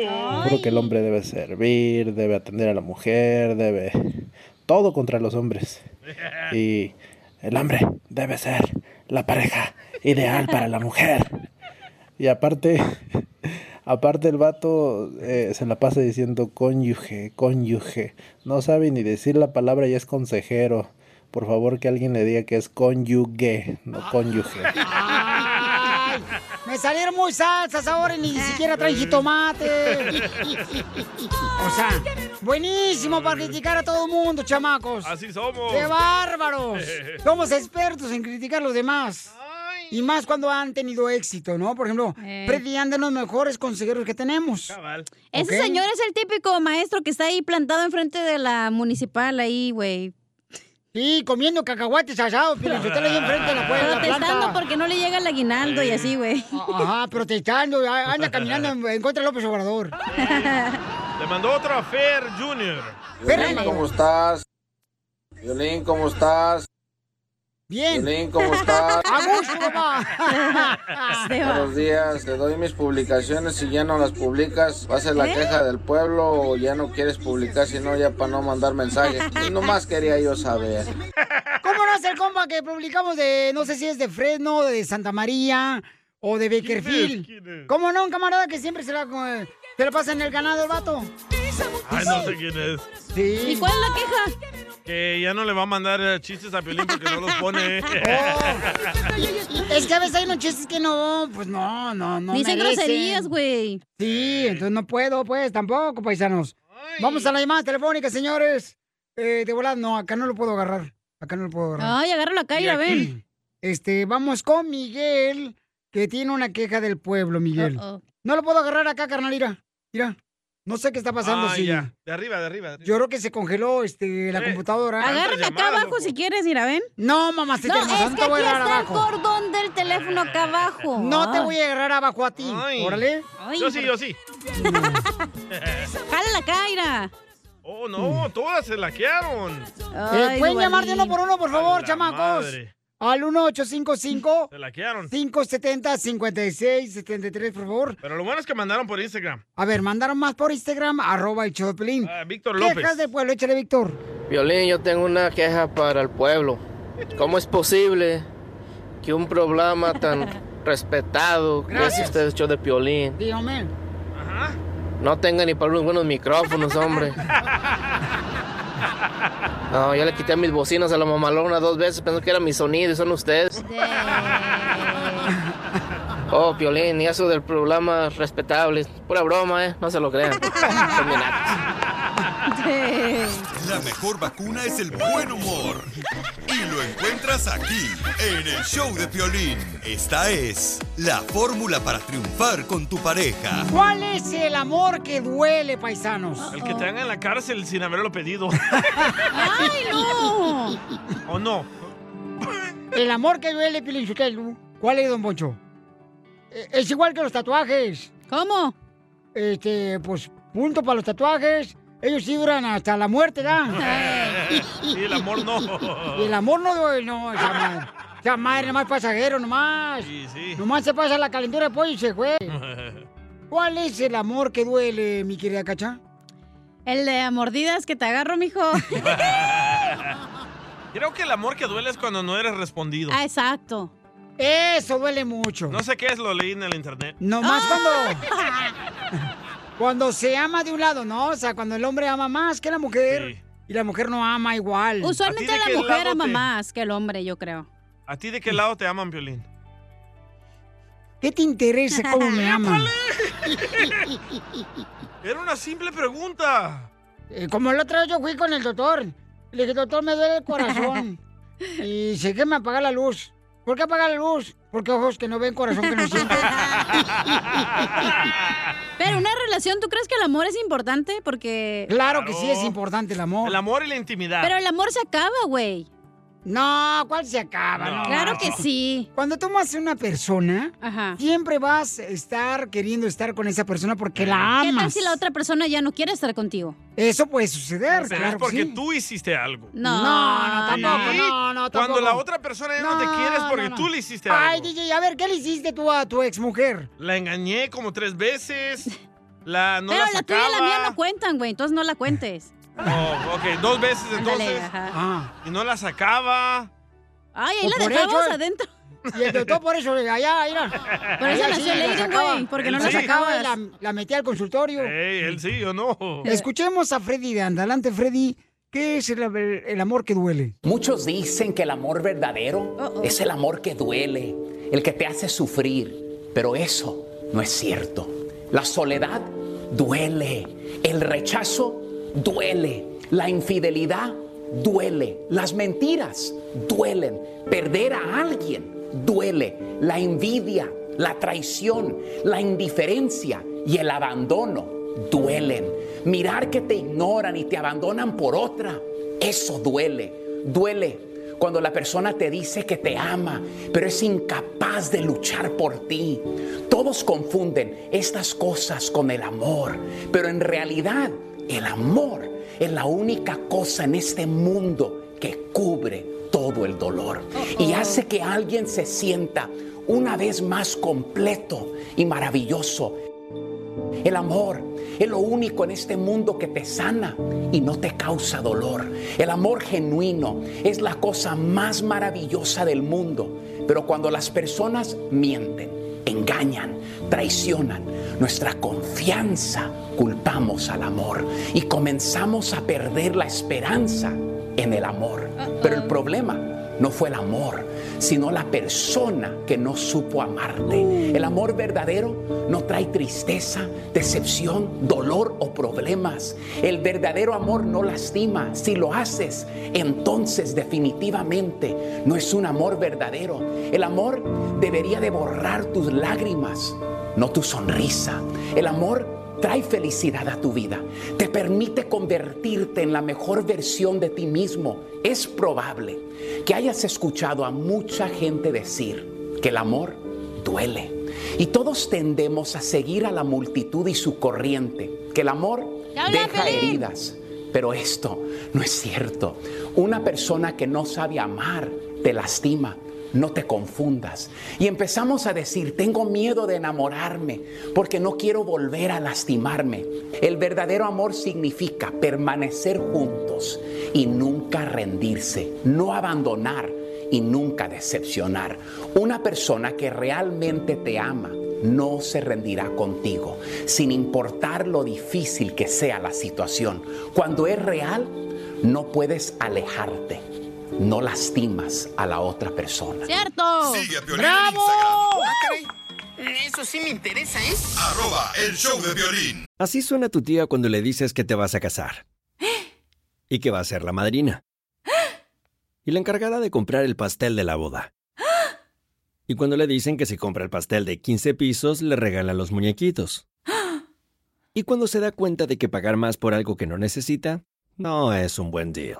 Speaker 16: Puro que el hombre debe servir, debe atender a la mujer, debe... Todo contra los hombres. Y el hombre debe ser, la pareja ideal para la mujer. Y aparte, aparte el vato eh, se la pasa diciendo cónyuge, cónyuge. No sabe ni decir la palabra y es consejero. Por favor que alguien le diga que es cónyuge, no cónyuge.
Speaker 2: Ay, me salieron muy salsas ahora y ni siquiera traen jitomate. O sea, buenísimo para criticar a todo el mundo, chamacos.
Speaker 3: Así somos.
Speaker 2: ¡Qué bárbaros! Somos expertos en criticar a los demás. Y más cuando han tenido éxito, ¿no? Por ejemplo,
Speaker 4: Eh.
Speaker 2: Freddy Anda es los mejores consejeros que tenemos.
Speaker 4: Ese
Speaker 2: ¿Ok?
Speaker 4: señor es el típico maestro que está ahí plantado enfrente de la municipal ahí, güey.
Speaker 2: Sí, comiendo cacahuates asados, pero usted le enfrente de la puerta. de la planta.
Speaker 4: Protestando porque no le llega el aguinaldo y así, güey.
Speaker 2: Ah, Ajá, protestando, a- ah, anda caminando en- en contra de López Obrador.
Speaker 3: Le mandó otra Fer Junior.
Speaker 2: Violín,
Speaker 17: ¿cómo estás? Violín, ¿cómo estás?
Speaker 2: Bien.
Speaker 17: Violín, ¿cómo estás?
Speaker 2: A gusto, papá.
Speaker 17: Buenos días, te doy mis publicaciones. Si ya no las publicas, va a ser la
Speaker 2: ¿Eh?
Speaker 17: queja del pueblo o ya no quieres publicar, si no, ya para no mandar mensajes. Y nomás quería yo saber.
Speaker 2: ¿Cómo no es el compa que publicamos de, no sé si es de Fresno, de Santa María o de Beckerfield? ¿Cómo no, un camarada que siempre se la, eh, se la pasa en el ganado el vato?
Speaker 3: Ay, no sé quién es.
Speaker 2: Sí.
Speaker 4: ¿Y cuál es la queja?
Speaker 3: Que ya no le va a mandar eh, chistes a Piolín porque no los pone.
Speaker 2: Oh, Es que a veces hay unos chistes que no, pues no, no, no.
Speaker 4: Dicen
Speaker 2: merecen.
Speaker 4: groserías, güey.
Speaker 2: Sí, entonces no puedo, pues, tampoco, paisanos. Vamos a la llamada telefónica, señores. Eh, de volada, no, acá no lo puedo agarrar. Acá no lo puedo agarrar.
Speaker 4: Ay, agárralo acá y
Speaker 2: Y
Speaker 4: la
Speaker 2: aquí,
Speaker 4: ven.
Speaker 2: Este, vamos con Miguel, que tiene una queja del pueblo, Miguel.
Speaker 4: Uh-oh.
Speaker 2: No lo puedo agarrar acá, carnal, mira. Mira, no sé qué está pasando.
Speaker 3: Ah,
Speaker 2: sí.
Speaker 3: ya. De arriba, de arriba. de arriba.
Speaker 2: Yo creo que se congeló este, la computadora.
Speaker 4: Agárrate acá abajo si quieres, mira, ven.
Speaker 2: No, mamá,
Speaker 4: No,
Speaker 2: hermosa,
Speaker 4: es
Speaker 2: no
Speaker 4: que
Speaker 2: te voy a
Speaker 4: aquí está
Speaker 2: agarrar
Speaker 4: el
Speaker 2: abajo.
Speaker 4: cordón del teléfono acá abajo. Ah.
Speaker 2: No te voy a agarrar abajo a ti.
Speaker 4: Ay.
Speaker 2: Órale.
Speaker 4: Ay, Yo sí, yo
Speaker 3: sí.
Speaker 4: Jala la caira.
Speaker 3: Oh, no, todas se laquearon.
Speaker 2: Eh, ¿Pueden llamar de uno por uno, por favor, chamacos?
Speaker 3: madre.
Speaker 2: Al 1855
Speaker 3: Se laquearon.
Speaker 2: 570 5673, por favor.
Speaker 3: Pero lo bueno es que mandaron por Instagram.
Speaker 2: A ver, mandaron más por Instagram, arroba el Choplin.
Speaker 3: Ah, Víctor
Speaker 2: Quejas del pueblo, échale Víctor.
Speaker 6: Violín, yo tengo una queja para el pueblo. ¿Cómo es posible que un programa tan respetado que es
Speaker 2: Gracias.
Speaker 6: usted hecho de Piolín
Speaker 2: Dígame.
Speaker 6: no tenga ni para unos buenos micrófonos, hombre? No, ya le quité mis bocinas a la mamalona dos veces, pensó que era mi sonido y son ustedes. Oh, Piolín, y eso del programa respetable, pura broma, ¿eh? No se lo crean. Son bien nacos.
Speaker 7: La mejor vacuna es el buen humor. Y lo encuentras aquí, en el show de Piolín. Esta es la fórmula para triunfar con tu pareja.
Speaker 2: ¿Cuál es el amor que duele, paisanos?
Speaker 3: El que te hagan en la cárcel sin haberlo pedido.
Speaker 2: ¡Ay, no!
Speaker 3: ¿O no?
Speaker 2: El amor que duele, Pilín Sotelo. ¿Cuál es, don Poncho? Eh, Es igual que los tatuajes.
Speaker 4: ¿Cómo?
Speaker 2: Este, pues, punto para los tatuajes. Ellos sí duran hasta la muerte, ¿da?
Speaker 3: Y el amor no.
Speaker 2: Y el amor no duele, no, esa madre. Esa madre nomás pasajero, nomás.
Speaker 3: Sí, sí.
Speaker 2: Nomás se pasa la calentura de pollo y se fue. ¿Cuál es el amor que duele, mi querida Cacha?
Speaker 4: El de a mordidas que te agarro, mijo.
Speaker 3: Creo que el amor que duele es cuando no eres respondido.
Speaker 4: ah, exacto.
Speaker 2: Eso duele mucho.
Speaker 3: No sé qué es, lo leí en el internet.
Speaker 2: Nomás
Speaker 4: Ah.
Speaker 2: cuando. Cuando se ama de un lado, ¿no? O sea, cuando el hombre ama más que la mujer y la mujer no ama igual.
Speaker 3: ¿A
Speaker 4: Usualmente
Speaker 3: ti de
Speaker 4: la
Speaker 3: qué
Speaker 4: mujer
Speaker 3: lado
Speaker 4: ama
Speaker 3: te-
Speaker 4: más que el hombre, yo creo.
Speaker 3: ¿A ti de qué lado te aman, Piolín?
Speaker 2: ¿Qué te interesa cómo me aman?
Speaker 3: Era una simple pregunta.
Speaker 2: Eh, como el otro día yo fui con el doctor. Le dije, doctor, me duele el corazón. y sé que me apaga la luz. ¿Por qué apaga la luz? Porque ojos que no ven, corazón que no siente.
Speaker 4: Pero una relación, ¿tú crees que el amor es importante? Porque.
Speaker 2: Claro que sí es importante el amor.
Speaker 3: El amor y la intimidad.
Speaker 4: Pero el amor se acaba, güey.
Speaker 2: No, ¿cuál se acaba? No.
Speaker 4: Claro que sí.
Speaker 2: Cuando tú amas a una persona, siempre vas a estar queriendo estar con esa persona porque la
Speaker 4: ¿Qué tal
Speaker 2: amas.
Speaker 4: si la otra persona ya no quiere estar contigo?
Speaker 2: Eso puede suceder,
Speaker 3: Pero
Speaker 2: claro
Speaker 3: es porque
Speaker 2: que sí.
Speaker 3: tú hiciste algo.
Speaker 2: No, no, tampoco,
Speaker 3: Sí.
Speaker 2: no, no, tampoco.
Speaker 3: Cuando la otra persona ya no, te quiere es porque
Speaker 2: no, no.
Speaker 3: tú le hiciste algo.
Speaker 2: Ay, DJ, a ver, ¿qué le hiciste tú a tu exmujer?
Speaker 3: La engañé como tres veces. La no
Speaker 4: Pero
Speaker 3: la
Speaker 4: la, tuya
Speaker 3: sacaba.
Speaker 4: y la mía no cuentan, güey. Entonces no la cuentes.
Speaker 3: No, ok, dos veces
Speaker 4: Ándale,
Speaker 3: entonces.
Speaker 4: ajá.
Speaker 3: Y no la sacaba.
Speaker 4: Ay, ahí
Speaker 3: O
Speaker 4: la
Speaker 3: por
Speaker 4: dejamos
Speaker 3: ello, eh.
Speaker 4: adentro.
Speaker 2: Y el doctor por eso, allá, mira.
Speaker 14: Por eso
Speaker 2: Allá
Speaker 14: nació
Speaker 2: sí,
Speaker 14: Leiden,
Speaker 2: sacaba.
Speaker 14: güey, porque no
Speaker 2: Él
Speaker 14: la
Speaker 2: sí.
Speaker 14: sacabas.
Speaker 2: La, la metí al consultorio.
Speaker 3: Ey, él sí o no.
Speaker 2: Escuchemos a Freddy de Anda. Adelante, Freddy. ¿Qué es el, el amor que duele?
Speaker 18: Muchos dicen que el amor verdadero es el amor que duele, el que te hace sufrir, pero eso no es cierto. La soledad duele, el rechazo duele, la infidelidad duele, las mentiras duelen, perder a alguien duele, la envidia, la traición, la indiferencia y el abandono duelen. Mirar que te ignoran y te abandonan por otra, eso duele, duele. Cuando la persona te dice que te ama, pero es incapaz de luchar por ti. Todos confunden estas cosas con el amor, pero en realidad el amor es la única cosa en este mundo que cubre todo el dolor y hace que alguien se sienta una vez más completo y maravilloso el amor es lo único en este mundo que te sana y no te causa dolor. El amor genuino es la cosa más maravillosa del mundo. Pero cuando las personas mienten, engañan, traicionan, nuestra confianza culpamos al amor y comenzamos a perder la esperanza en el amor. Pero el problema no fue el amor, sino la persona que no supo amarte. El amor verdadero no trae tristeza, decepción, dolor o problemas. El verdadero amor no lastima. Si lo haces, entonces definitivamente no es un amor verdadero. El amor debería de borrar tus lágrimas, no tu sonrisa. El amor trae felicidad a tu vida, te permite convertirte en la mejor versión de ti mismo. Es probable que hayas escuchado a mucha gente decir que el amor duele. Y todos tendemos a seguir a la multitud y su corriente, que el amor
Speaker 9: ¡Ya habla,
Speaker 18: deja
Speaker 9: Pelín!
Speaker 18: heridas. Pero esto no es cierto. Una persona que no sabe amar te lastima. No te confundas. Y empezamos a decir, tengo miedo de enamorarme porque no quiero volver a lastimarme. El verdadero amor significa permanecer juntos y nunca rendirse, no abandonar y nunca decepcionar. Una persona que realmente te ama no se rendirá contigo, sin importar lo difícil que sea la situación. Cuando es real, no puedes alejarte, no lastimas a la otra persona.
Speaker 14: ¡Cierto!
Speaker 18: Sigue a Piolín en
Speaker 14: ¡Bravo!
Speaker 12: Ah,
Speaker 18: Eso sí me interesa, ¿eh?
Speaker 7: Arroba el show de violín.
Speaker 19: Así suena tu tía cuando le dices que te vas a casar. Y que va a ser la madrina. Y la encargada de comprar el pastel de la boda. Y cuando le dicen que si compra el pastel de 15 pisos, le regalan los muñequitos. Y cuando se da cuenta de que pagar más por algo que no necesita, no es un buen deal.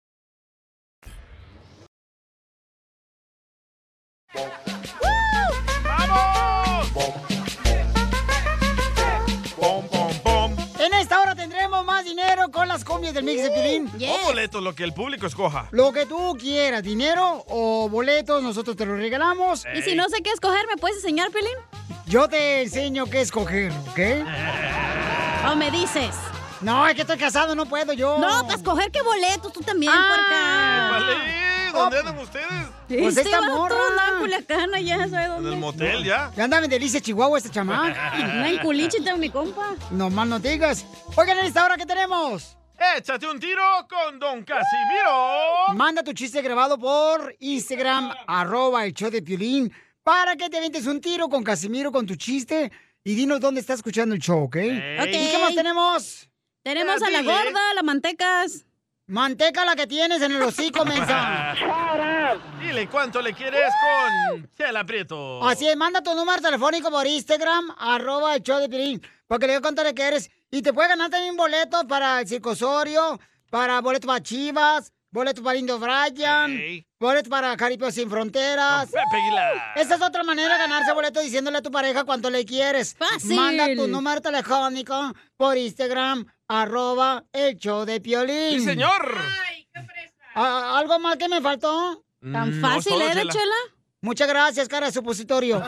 Speaker 2: En esta hora tendremos más dinero con las combias del Mix de Pilín.
Speaker 3: O boletos, lo que el público escoja.
Speaker 2: Lo que tú quieras, dinero o boletos, nosotros te los regalamos.
Speaker 14: Y si no sé qué escoger, ¿me puedes enseñar, Pelín?
Speaker 2: Yo te enseño qué escoger, ¿ok?
Speaker 14: ¿O me dices?
Speaker 2: No, es que estoy casado, no puedo yo.
Speaker 14: No, para escoger qué boletos, tú también,
Speaker 2: Ah.
Speaker 14: puerca.
Speaker 3: Eh, vale, ¿Dónde andan ustedes?
Speaker 2: Pues
Speaker 4: este
Speaker 2: esta
Speaker 4: vato
Speaker 2: morra.
Speaker 4: andaba en Culiacán, allá, ¿sabe dónde?
Speaker 2: Ya andaba en Delicia, Chihuahua, este chamaco.
Speaker 4: Una en Culichi, mi compa.
Speaker 2: No más no digas. Oigan, en esta hora, ¿qué tenemos?
Speaker 3: Échate un tiro con Don Casimiro.
Speaker 2: Manda tu chiste grabado por Instagram, arroba el show de Piolín, para que te avientes un tiro con Casimiro con tu chiste y dinos dónde está escuchando el show, ¿ok?
Speaker 4: Ok.
Speaker 2: ¿Y qué más tenemos?
Speaker 4: Tenemos a la gorda, la mantecas.
Speaker 2: Manteca la que tienes en el hocico, mensa.
Speaker 3: Dile cuánto le quieres con Chela Prieto.
Speaker 2: Así es, manda tu número telefónico por Instagram, arroba el show de Piolín, porque le voy a contar que eres. Y te puede ganar también boletos para el circosorio, para boletos para Chivas, boletos para Lindo Bryan, boletos para Caripio Sin Fronteras.
Speaker 3: Pepe Aguilar.
Speaker 2: Esa es otra manera de ganarse boletos diciéndole a tu pareja cuánto le quieres.
Speaker 4: Fácil.
Speaker 2: Manda tu número telefónico por Instagram, arroba el show de Piolín.
Speaker 3: ¡Sí, señor!
Speaker 2: Ah, ¿Algo más que me faltó?
Speaker 3: Tan Mm, no, fácil, todo, ¿eh, de Chela? Chela?
Speaker 2: Muchas gracias, cara de supositorio.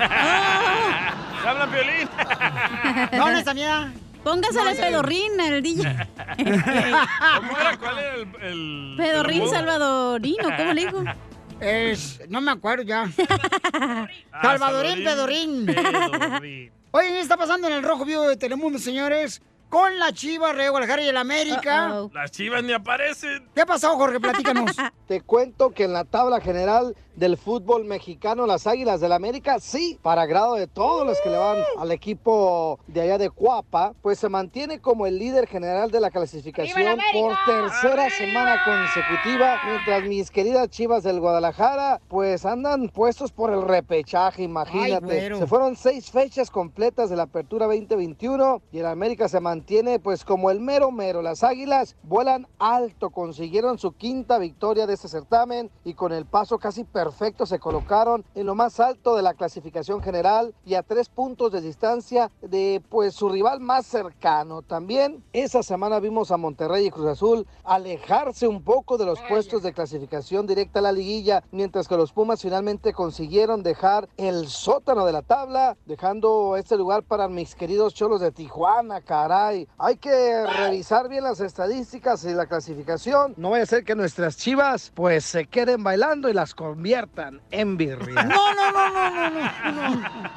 Speaker 3: Ah. ¿Te hablan violín?
Speaker 2: ¿Dónde está, mía?
Speaker 4: Póngase
Speaker 2: No,
Speaker 4: el
Speaker 2: sí.
Speaker 4: pedorrín, el DJ.
Speaker 3: ¿Cómo era? ¿Cuál era el...? el-
Speaker 4: Pedorrín
Speaker 3: el-
Speaker 4: salvadorino, ¿cómo le digo?
Speaker 2: Es, no me acuerdo ya.
Speaker 3: Ah,
Speaker 2: Salvadorín, Pedorín. Oye, ¿qué está pasando en el Rojo Vivo de Telemundo, señores? Con la Chiva, Rey Guadalajara y el América.
Speaker 3: Las chivas ni aparecen.
Speaker 2: ¿Qué ha pasado, Jorge? Platícanos.
Speaker 5: Te cuento que en la tabla general del fútbol mexicano, las Águilas del América, sí, para grado de todos los que le van al equipo de allá de Cuapa, pues se mantiene como el líder general de la clasificación por tercera semana consecutiva, mientras mis queridas Chivas del Guadalajara, pues andan puestos por el repechaje,
Speaker 2: Ay,
Speaker 5: imagínate.
Speaker 2: güero.
Speaker 5: Se fueron seis fechas completas de la apertura 2021 y el América se mantiene pues como el mero mero. Las Águilas vuelan alto, consiguieron su quinta victoria de este certamen y con el paso casi perfecto se colocaron en lo más alto de la clasificación general y a tres puntos de distancia de pues su rival más cercano. También esa semana vimos a Monterrey y Cruz Azul alejarse un poco de los puestos de clasificación directa a la liguilla, mientras que los Pumas finalmente consiguieron dejar el sótano de la tabla, dejando este lugar para mis queridos cholos de Tijuana, caray. Hay que revisar bien las estadísticas y la clasificación. No vaya a ser que nuestras chivas pues se queden bailando y las conviertan en birria.
Speaker 2: No, no, no, no, no, no. no.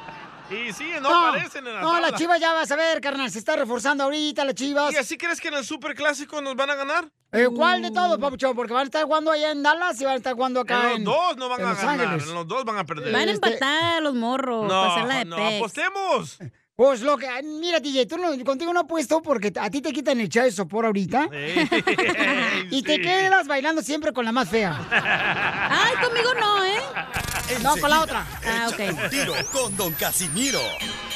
Speaker 3: Y sí, no, aparecen en la
Speaker 2: no,
Speaker 3: tabla.
Speaker 2: las chivas ya vas a ver, carnal. Se está reforzando ahorita las chivas.
Speaker 3: ¿Y así crees que en el superclásico nos van a ganar?
Speaker 2: Eh, ¿Cuál de todos, papuchón? Porque van a estar jugando allá en Dallas y van a estar jugando
Speaker 3: En
Speaker 2: acá
Speaker 3: los
Speaker 2: en,
Speaker 3: dos no van
Speaker 2: en
Speaker 3: a
Speaker 2: Los
Speaker 3: ganar.
Speaker 2: Ángeles. Este
Speaker 3: En los dos van a perder.
Speaker 4: Van a empatar los morros,
Speaker 3: No,
Speaker 4: pasarla de
Speaker 3: no,
Speaker 4: pex.
Speaker 3: apostemos.
Speaker 2: Pues lo que. Mira, DJ, tú no, contigo no apuesto porque a ti te quitan el chat de sopor ahorita. y te quedas bailando siempre con la más fea.
Speaker 4: Ay, conmigo no, ¿eh?
Speaker 2: No, con la otra.
Speaker 4: Ah,
Speaker 7: Échate un tiro con Don Casimiro.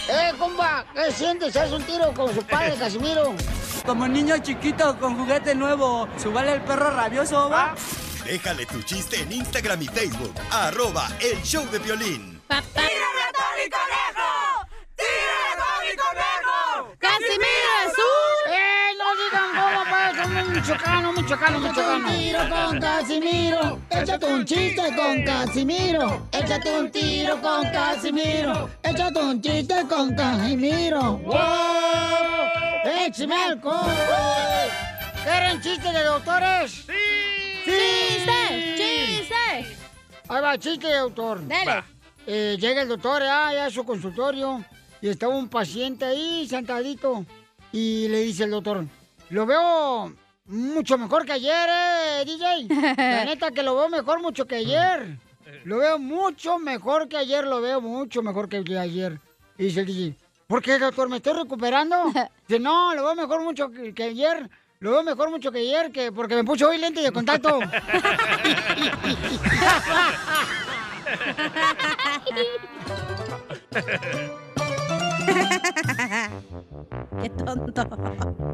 Speaker 2: ¡Eh, compa! ¿Qué sientes? ¿Haz un tiro con su padre, Casimiro?
Speaker 8: Como niño chiquito con juguete nuevo, subale el perro rabioso, va.
Speaker 7: Déjale tu chiste en Instagram y Facebook. Arroba el show de violín.
Speaker 4: ¡Casimiro es
Speaker 2: ¡Eh, no digan pues! cómo pasa! un ¡Michoacano, michoacano, michoacano! un tiro con Casimiro! ¡Échate un chiste con Casimiro! ¡Échate un tiro con Casimiro! ¡Échate un chiste con Casimiro! ¡Wow! ¡Échame alcohol! ¿Quieren chiste de doctores? ¡Sí!
Speaker 4: ¡Chiste! ¡Chiste!
Speaker 2: Ahí va, chiste, doctor.
Speaker 4: Dale.
Speaker 2: Eh, llega el doctor ah, ya a su consultorio y estaba un paciente ahí sentadito. Y le dice el doctor, lo veo mucho mejor que ayer, eh, DJ. La neta que lo veo mejor mucho que ayer. Lo veo mucho mejor que ayer, lo veo mucho mejor que ayer. Y dice el DJ, ¿por qué, doctor? ¿Me estoy recuperando? Dice, no, lo veo mejor mucho que, que ayer. Lo veo mejor mucho que ayer, que porque me puse hoy lente de contacto.
Speaker 4: Qué tonto.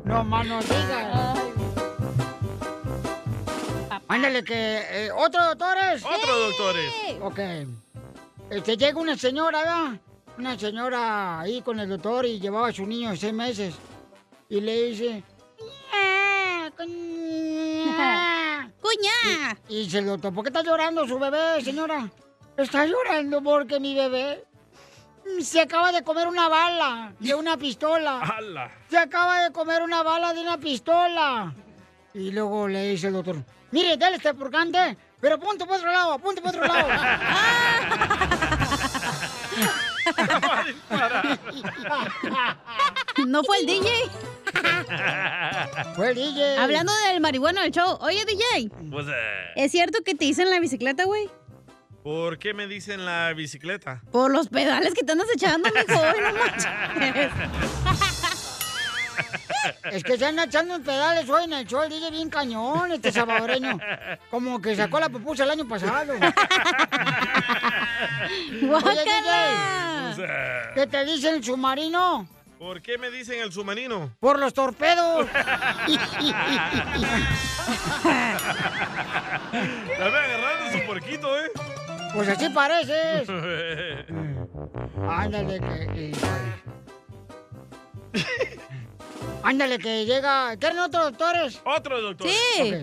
Speaker 2: No, mano, digas. Ándale, que. eh, ¿Otro, doctores?
Speaker 3: Otro, doctores.
Speaker 2: Ok. Este, llega una señora, ¿verdad? Una señora ahí con el doctor y llevaba a su niño de seis meses. Y le dice. "Ña, cuña".
Speaker 4: ¡Cuña!
Speaker 2: Y, y dice el doctor, ¿por qué está llorando su bebé, señora? Está llorando porque mi bebé se acaba de comer una bala de una pistola.
Speaker 3: ¡Hala!
Speaker 2: Se acaba de comer una bala de una pistola. Y luego le dice el doctor, mire, dale este purgante Pero ponte por otro lado, ponte por otro lado.
Speaker 4: No fue el DJ.
Speaker 2: Fue el DJ.
Speaker 4: Hablando del marihuana del show. Oye, DJ,
Speaker 3: Pues, eh,
Speaker 4: ¿es cierto que te hice en la bicicleta, güey?
Speaker 3: ¿Por qué me dicen la bicicleta?
Speaker 4: Por los pedales que te andas echando, mijo. Ay, no manches.
Speaker 2: Es que se andan echando en pedales hoy en el show, el DJ bien cañón, este salvadoreño. Como que sacó la pupusa el año pasado. Oye, DJ,
Speaker 3: Pues, eh,
Speaker 2: ¿qué te dice el submarino?
Speaker 3: ¿Por qué me dicen el submarino?
Speaker 2: Por los torpedos.
Speaker 3: La ve agarrando su porquito, ¿eh?
Speaker 2: Pues así pareces. Ándale que. eh, Ándale que llega. ¿Quieren otros doctores?
Speaker 3: Otros doctores.
Speaker 2: Sí.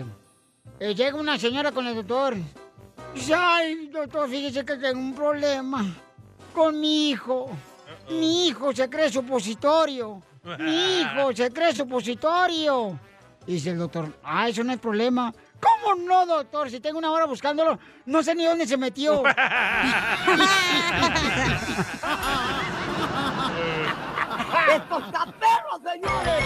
Speaker 2: Eh, llega una señora con el doctor. Dice, Ay, doctor, fíjese que tengo un problema con mi hijo. Mi hijo se cree supositorio. Mi
Speaker 9: Ah.
Speaker 2: hijo se cree supositorio. Y dice el doctor, ah, eso no es problema. ¿Cómo no, doctor? Si tengo una hora buscándolo, no sé ni dónde se metió.
Speaker 9: ¡Esto está perro, señores!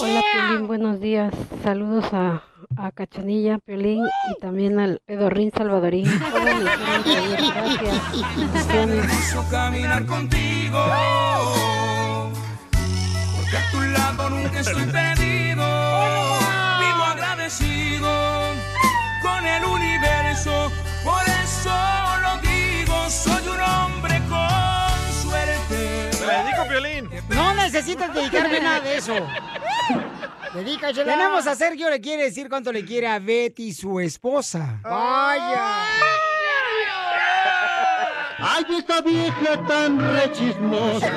Speaker 1: Hola, Piolín, buenos días. Saludos a, a Cachanilla, Piolín y también al Pedorrín Salvadorín.
Speaker 9: caminar contigo. Porque a tu lado nunca estoy perdido. Vivo agradecido con el universo. Por eso lo digo, soy un hombre con suerte.
Speaker 3: Te la dedico, Piolín.
Speaker 2: No necesitas dedicarme nada de eso. Dedícasela. Tenemos a Sergio, le quiere decir cuánto le quiere a Betty, su esposa. ¡Vaya!
Speaker 9: Ay, esta vieja tan rechismosa,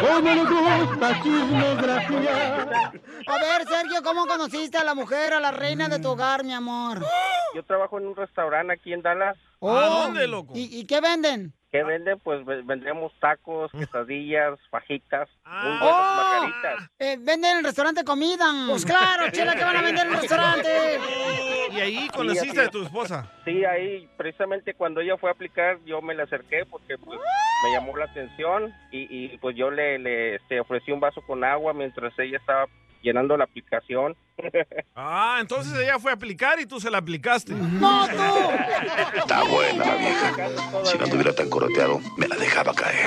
Speaker 9: cómo le gusta chismografía.
Speaker 2: A ver, Sergio, ¿cómo conociste a la mujer, a la reina de tu hogar, mi amor?
Speaker 20: Yo trabajo en un restaurante aquí en Dallas.
Speaker 2: Oh, ¿Y, y qué venden?
Speaker 20: ¿Qué venden? Pues ve- vendemos tacos, quesadillas, fajitas,
Speaker 3: Ah.
Speaker 20: muy buenas
Speaker 2: Oh.
Speaker 20: margaritas.
Speaker 2: Eh, venden en el restaurante comida. Pues claro, chela, que van a vender en el restaurante.
Speaker 3: Y ahí
Speaker 20: Sí,
Speaker 3: conociste
Speaker 20: así
Speaker 3: a tu esposa.
Speaker 20: Sí, ahí precisamente cuando ella fue a aplicar yo me le acerqué porque pues, me llamó la atención y, y, pues yo le, le este, ofrecí un vaso con agua mientras ella estaba llenando la aplicación.
Speaker 3: Ah, entonces ella fue a aplicar y tú se la aplicaste.
Speaker 2: ¡No, tú!
Speaker 21: Está buena la vieja. Si no tuviera tan coroteado, me la dejaba caer.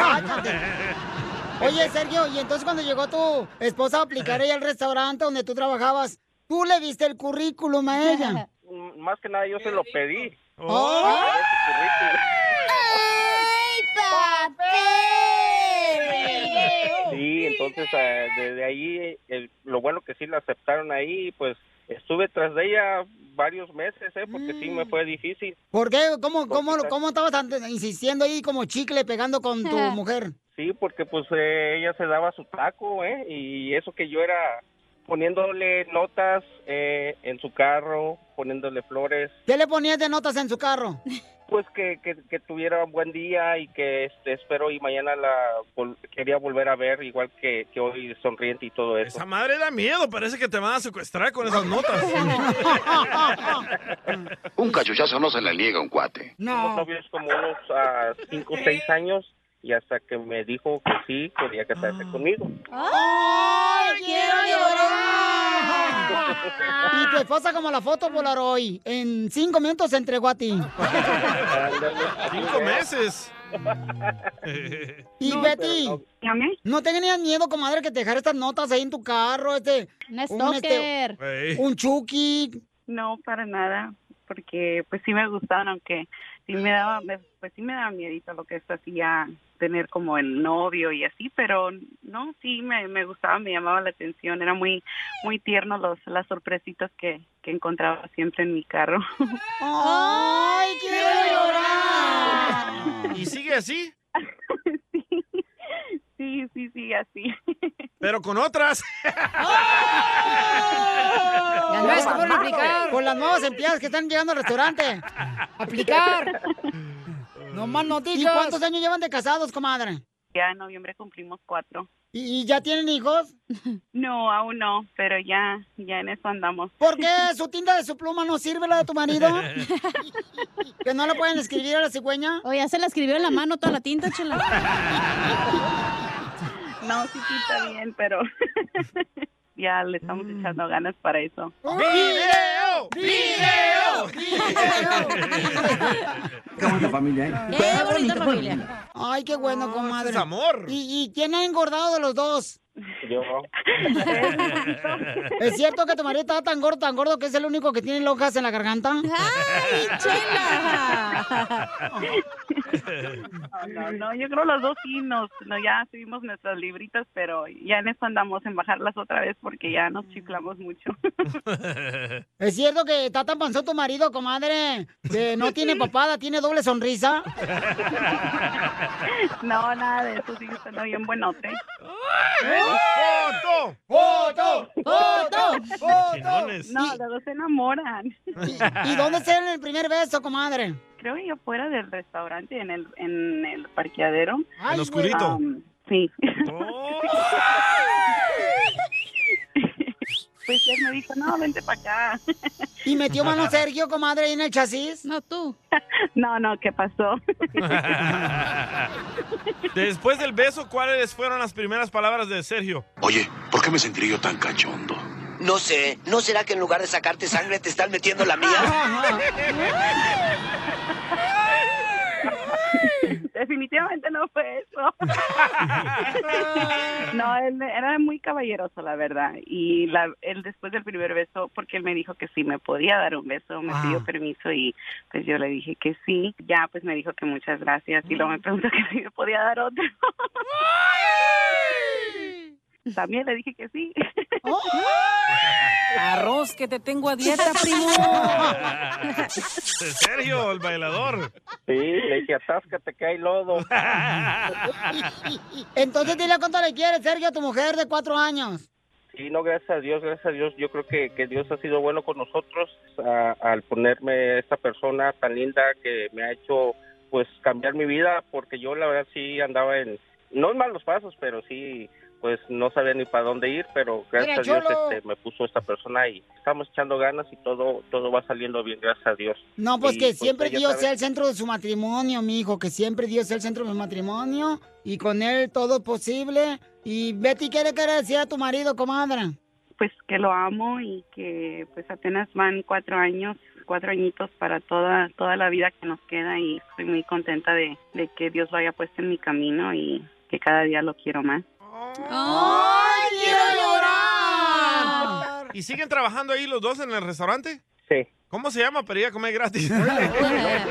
Speaker 2: Oye, Sergio, y entonces cuando llegó tu esposa a aplicar ella al restaurante donde tú trabajabas, ¿tú le viste el currículum a ella?
Speaker 20: M- Más que nada yo se lo pedí.
Speaker 2: Oh.
Speaker 9: ¡Ay, papel!
Speaker 20: Sí, entonces eh, desde ahí, el- lo bueno que sí la aceptaron ahí, pues estuve tras de ella varios meses, ¿eh? porque sí me fue difícil.
Speaker 2: ¿Por qué? ¿Cómo, cómo, cómo estabas tan- insistiendo ahí como chicle pegando con tu mujer?
Speaker 20: Sí, porque pues eh, ella se daba su taco, ¿eh? Y eso que yo era poniéndole notas eh, en su carro, poniéndole flores,
Speaker 2: ¿Qué le ponías de notas en su carro?
Speaker 20: pues que, que, que tuviera un buen día y que este, espero y mañana la vol- quería volver a ver igual que, que hoy sonriente y todo eso.
Speaker 3: Esa madre da miedo, parece que te van a secuestrar con esas notas.
Speaker 21: Un cachuchazo no se le niega a un cuate.
Speaker 2: No.
Speaker 20: novios como unos 5 o 6 ah, años y hasta que me dijo que sí, quería casarse conmigo.
Speaker 2: ¡Ay, quiero llorar! Y tu esposa como la foto Polaroid. En cinco minutos se entregó a ti.
Speaker 3: Cinco meses.
Speaker 2: Y Betty, ¿no te tenías miedo, comadre, que te dejara estas notas ahí en tu carro? Este, un, este,
Speaker 22: stalker. Ey.
Speaker 2: un chuki.
Speaker 22: No, para nada, porque pues sí me gustaban, aunque sí me daba, me- pues sí me daba miedito lo que esto hacía, tener como el novio y así, pero no, sí me, me gustaba, me llamaba la atención, era muy, muy tierno los, las sorpresitas que, que encontraba siempre en mi carro.
Speaker 2: ¡Ay, quiero llorar!
Speaker 3: ¿Y sigue así?
Speaker 22: Sí, sí, sí, así.
Speaker 3: Pero con otras.
Speaker 2: Las nuevas que fueron a aplicar. Con las nuevas empleadas que están llegando al restaurante. Aplicar. No más noticias. ¿Y cuántos años llevan de casados, comadre?
Speaker 22: Ya en noviembre cumplimos cuatro.
Speaker 2: ¿Y, y ya tienen hijos?
Speaker 22: No, aún no, pero ya, ya en eso andamos.
Speaker 2: ¿Por qué su tinta de su pluma no sirve la de tu marido? ¿Que no la pueden escribir a la cigüeña?
Speaker 4: O ya se la escribió en la mano toda la tinta, chela.
Speaker 22: No, sí, sí, está bien, pero ya le estamos echando ganas para eso.
Speaker 9: ¡Video! ¡Video!
Speaker 23: Qué bonita familia, ¿eh?
Speaker 2: ¡Qué bonita familia! Ay, qué bueno, comadre.
Speaker 9: es amor.
Speaker 2: ¿Y, y quién ha engordado de los dos?
Speaker 20: Yo.
Speaker 2: ¿Es cierto que tu marido está tan gordo, tan gordo que es el único que tiene lonjas en la garganta? ¡Ay, chela!
Speaker 22: No, no, no, yo creo los dos sí nos, no, ya subimos nuestras libritas, pero ya en eso andamos en bajarlas otra vez porque ya nos chiflamos mucho.
Speaker 2: ¿Es cierto que está tan panzón tu marido, comadre, que no tiene papada, tiene doble sonrisa?
Speaker 22: No, nada de eso, sigue estando bien buenote.
Speaker 3: ¡Foto!
Speaker 22: ¡Foto!
Speaker 2: ¡Foto! ¡Foto!
Speaker 22: Chinones. No, los dos se enamoran.
Speaker 2: ¿Y dónde se dieron el primer beso, comadre?
Speaker 22: Creo que fuera del restaurante, en el, en el parqueadero.
Speaker 2: Ay, En oscurito.
Speaker 22: Um, sí. pues él me dijo, no, vente para acá.
Speaker 2: ¿Y metió mano Sergio, comadre, ahí en el chasis? No, tú.
Speaker 22: No, no, ¿qué pasó?
Speaker 3: Después del beso, ¿cuáles fueron las primeras palabras de Sergio?
Speaker 24: Oye, ¿por qué me sentiré yo tan cachondo?
Speaker 13: No sé, ¿no será que en lugar de sacarte sangre te están metiendo la mía?
Speaker 22: Definitivamente no fue eso. no, él era muy caballeroso, la verdad. Y la, él después del primer beso, porque él me dijo que sí me podía dar un beso, me
Speaker 13: Ah.
Speaker 22: pidió permiso y pues yo le dije que sí. Ya, pues me dijo que muchas gracias y luego me preguntó que si me podía dar otro. También le dije que sí.
Speaker 25: Arroz que te tengo a dieta, primo.
Speaker 3: Sergio, el bailador.
Speaker 20: Sí, le dije, atáscate que hay lodo.
Speaker 2: Entonces dile cuánto le quieres, Sergio, a tu mujer de cuatro años.
Speaker 20: Sí, no, gracias a Dios, gracias a Dios. Yo creo que, que Dios ha sido bueno con nosotros a- al ponerme esta persona tan linda que me ha hecho pues cambiar mi vida porque yo la verdad sí andaba en, no en malos pasos, pero sí pues no sabía ni para dónde ir, pero gracias
Speaker 2: Mira,
Speaker 20: a Dios
Speaker 2: Cholo.
Speaker 20: este, me puso esta persona y estamos echando ganas y todo todo va saliendo bien, gracias a Dios.
Speaker 2: No, pues
Speaker 20: Y,
Speaker 2: que siempre
Speaker 20: ella
Speaker 2: Dios
Speaker 20: sabe-
Speaker 2: sea el centro de su matrimonio, mi hijo, que siempre Dios sea el centro de su matrimonio y con él todo es posible. Y Betty, ¿qué le quieres decir a tu marido, comadre?
Speaker 22: pues que lo amo y que pues apenas van cuatro años, cuatro añitos para toda toda la vida que nos queda y estoy muy contenta de, de que Dios lo haya puesto en mi camino y que cada día lo quiero más.
Speaker 3: ¡Ay,
Speaker 2: quiero
Speaker 3: llorar! ¿Y siguen trabajando ahí los dos en el restaurante?
Speaker 20: Sí.
Speaker 3: ¿Cómo se llama para ir a comer gratis?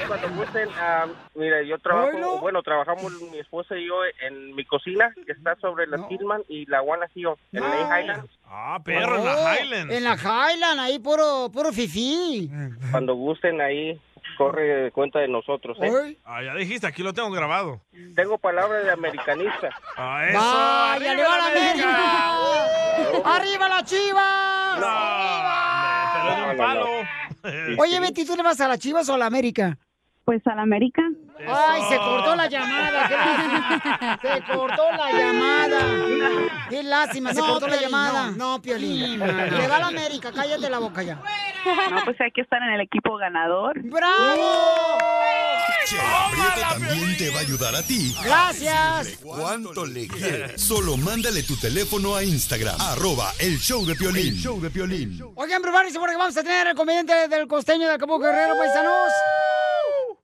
Speaker 20: Cuando gusten, ah, mira, yo trabajo, bueno, trabajamos mi esposa y yo en mi cocina, que está sobre la Tillman y la One Hill, en Lake Highlands.
Speaker 3: Ah, perro, en la Highland.
Speaker 2: En la Highland, ahí puro, puro fifí.
Speaker 20: Cuando gusten ahí, corre cuenta de nosotros, ¿eh?
Speaker 2: Ay.
Speaker 3: Ah, ya dijiste, aquí lo tengo grabado.
Speaker 20: Tengo palabra de americanista.
Speaker 3: Ah, eso.
Speaker 2: ¡Vaya, le va la
Speaker 3: América!
Speaker 2: América! ¡Arriba la Chivas!
Speaker 3: Pero de un palo.
Speaker 2: Oye, Betty, ¿tú le vas a la Chivas o a la América?
Speaker 22: Pues a la América.
Speaker 2: Ay, se cortó la llamada. qué lástima. se cortó la llamada. Qué lástima, se
Speaker 22: No,
Speaker 2: cortó la
Speaker 22: Piolín,
Speaker 2: llamada.
Speaker 22: no, no, Piolín.
Speaker 2: Sí, no, no. Le va la América, cállate la boca ya.
Speaker 22: No, pues hay que estar en el equipo ganador.
Speaker 2: ¡Bravo!
Speaker 7: Chela Prieto también te va a ayudar a ti.
Speaker 2: ¡Uh!
Speaker 7: Dile
Speaker 2: Gracias.
Speaker 7: ¿Cuánto le quieres? Solo mándale tu teléfono a Instagram, arroba el show de Piolín.
Speaker 2: El
Speaker 7: show de Piolín.
Speaker 2: Oigan, prepárense porque vamos a tener al comediante del costeño de Acapulco Guerrero, paisanos.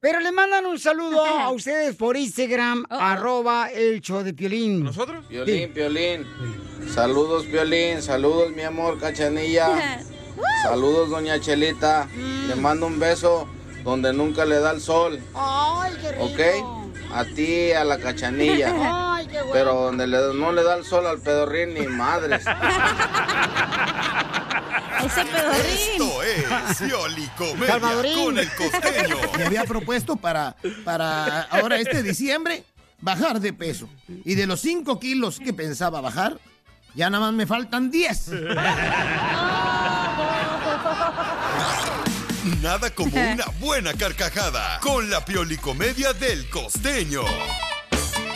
Speaker 2: Pero le mandan un saludo a ustedes por Instagram,
Speaker 22: Oh.
Speaker 2: arroba el show de Piolín. ¿Nosotros?
Speaker 17: Piolín, Piolín. Saludos, Piolín. Saludos, mi amor, cachanilla. Saludos, doña Chelita.
Speaker 2: Mm.
Speaker 17: Le mando un beso donde nunca le da el sol.
Speaker 2: Ay, qué rico.
Speaker 17: ¿Ok? A ti, a la cachanilla.
Speaker 2: Ay, qué bueno.
Speaker 17: Pero donde le- no le da el sol al pedorrín ni madres.
Speaker 4: Ese pedorrín.
Speaker 7: Esto es Pioli Comedia
Speaker 12: Salvadorín.
Speaker 7: con el costeño.
Speaker 12: Me había propuesto para, para ahora este diciembre bajar de peso. Y de los 5 kilos que pensaba bajar, ya nada más me faltan 10.
Speaker 7: Nada como una buena carcajada con la Pioli Comedia del costeño.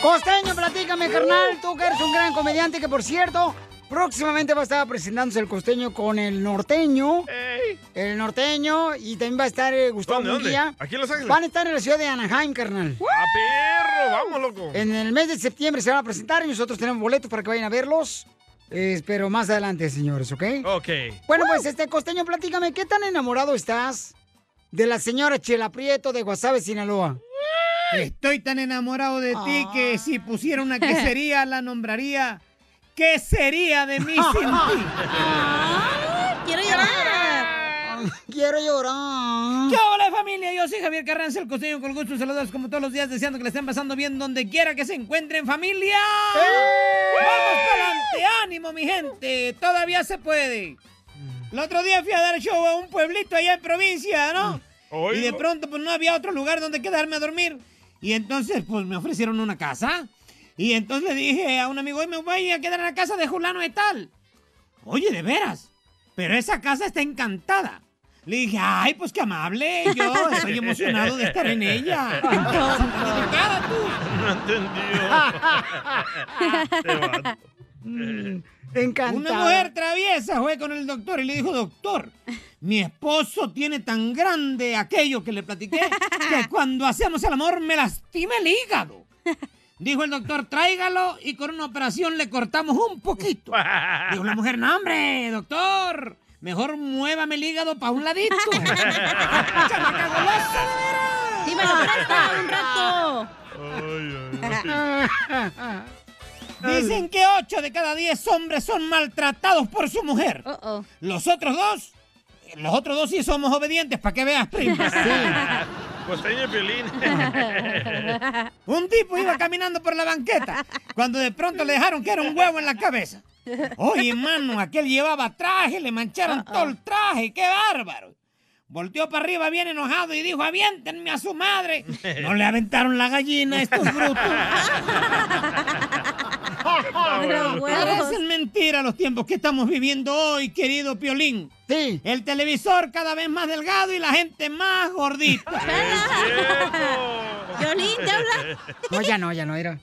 Speaker 2: Costeño, platícame, carnal. Tú que eres un gran comediante que, por cierto, próximamente va a estar presentándose el costeño con el norteño. El norteño y también va a estar eh, Gustavo
Speaker 3: ¿Dónde, dónde?
Speaker 2: Munguía.
Speaker 3: Aquí en Los Ángeles.
Speaker 2: Van a estar en la ciudad de Anaheim, carnal.
Speaker 3: ¡Ah, perro! ¡Vamos, loco!
Speaker 2: En el mes de septiembre se van a presentar y nosotros tenemos boletos para que vayan a verlos. Eh, pero más adelante, señores, ¿ok?
Speaker 3: Ok.
Speaker 2: Bueno, pues este costeño, platícame, ¿qué tan enamorado estás de la señora Chela Prieto de Guasave, Sinaloa?
Speaker 13: Estoy tan enamorado de ti que si pusiera una quesería la nombraría ¿Qué sería de mí sin ti?
Speaker 4: quiero llorar.
Speaker 2: Quiero llorar.
Speaker 13: ¿Qué hola familia? Yo soy Javier Carranza, el costeño con gusto. Saludos como todos los días, deseando que le estén pasando bien donde quiera que se encuentren familia.
Speaker 2: ¡Eh!
Speaker 13: ¡Vamos para adelante! ¡Ánimo, mi gente! Todavía se puede. El otro día fui a dar show a un pueblito allá en provincia, ¿no? Y de pronto pues no había otro lugar donde quedarme a dormir. Y entonces pues me ofrecieron una casa. Y entonces le dije a un amigo, "Oye, me voy a quedar en la casa de Julano y tal. Oye, de veras. Pero esa casa está encantada. Le dije, ay, pues qué amable. Yo estoy emocionado de estar en ella.
Speaker 3: No entendió.
Speaker 2: Encantado.
Speaker 13: Una mujer traviesa fue con el doctor y le dijo, doctor, mi esposo tiene tan grande aquello que le platiqué que cuando hacemos el amor me lastima el hígado. Dijo el doctor, tráigalo y con una operación le cortamos un poquito. Dijo la mujer, no hombre, doctor, mejor muévame el hígado para un ladito. ¡Chamaca golosa, de veras!
Speaker 4: un rato.
Speaker 13: Dicen que 8 de cada 10 hombres son maltratados por su mujer. Los otros dos, los otros dos sí somos obedientes, para que veas, primo.
Speaker 3: Costeño y Pues, Piolín.
Speaker 13: Un tipo iba caminando por la banqueta cuando de pronto le dejaron que era un huevo en la cabeza. Oye, mano, aquel llevaba traje, le mancharon todo el traje, qué bárbaro. Volteó para arriba bien enojado y dijo, aviéntenme a su madre. No le aventaron la gallina a estos brutos. Parecen mentira los tiempos que estamos viviendo hoy, querido Piolín.
Speaker 2: Sí.
Speaker 13: El televisor cada vez más delgado y la gente más gordita.
Speaker 4: Piolín, ¿te
Speaker 13: habla?
Speaker 2: No, ya no, ya no era.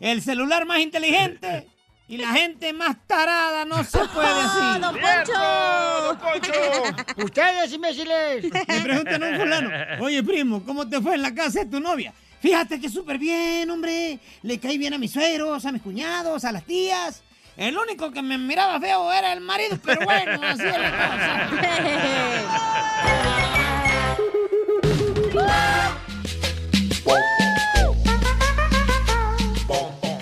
Speaker 13: El celular más inteligente y la gente más tarada no se puede así.
Speaker 4: ¡Don Poncho!
Speaker 2: Ustedes imbéciles.
Speaker 13: Me preguntan a un fulano, oye primo, ¿cómo te fue en la casa de tu novia? Fíjate que súper bien, hombre. Le caí bien a mis suegros, a mis cuñados, a las tías. El único que me miraba feo era el marido, pero bueno, así es la cosa.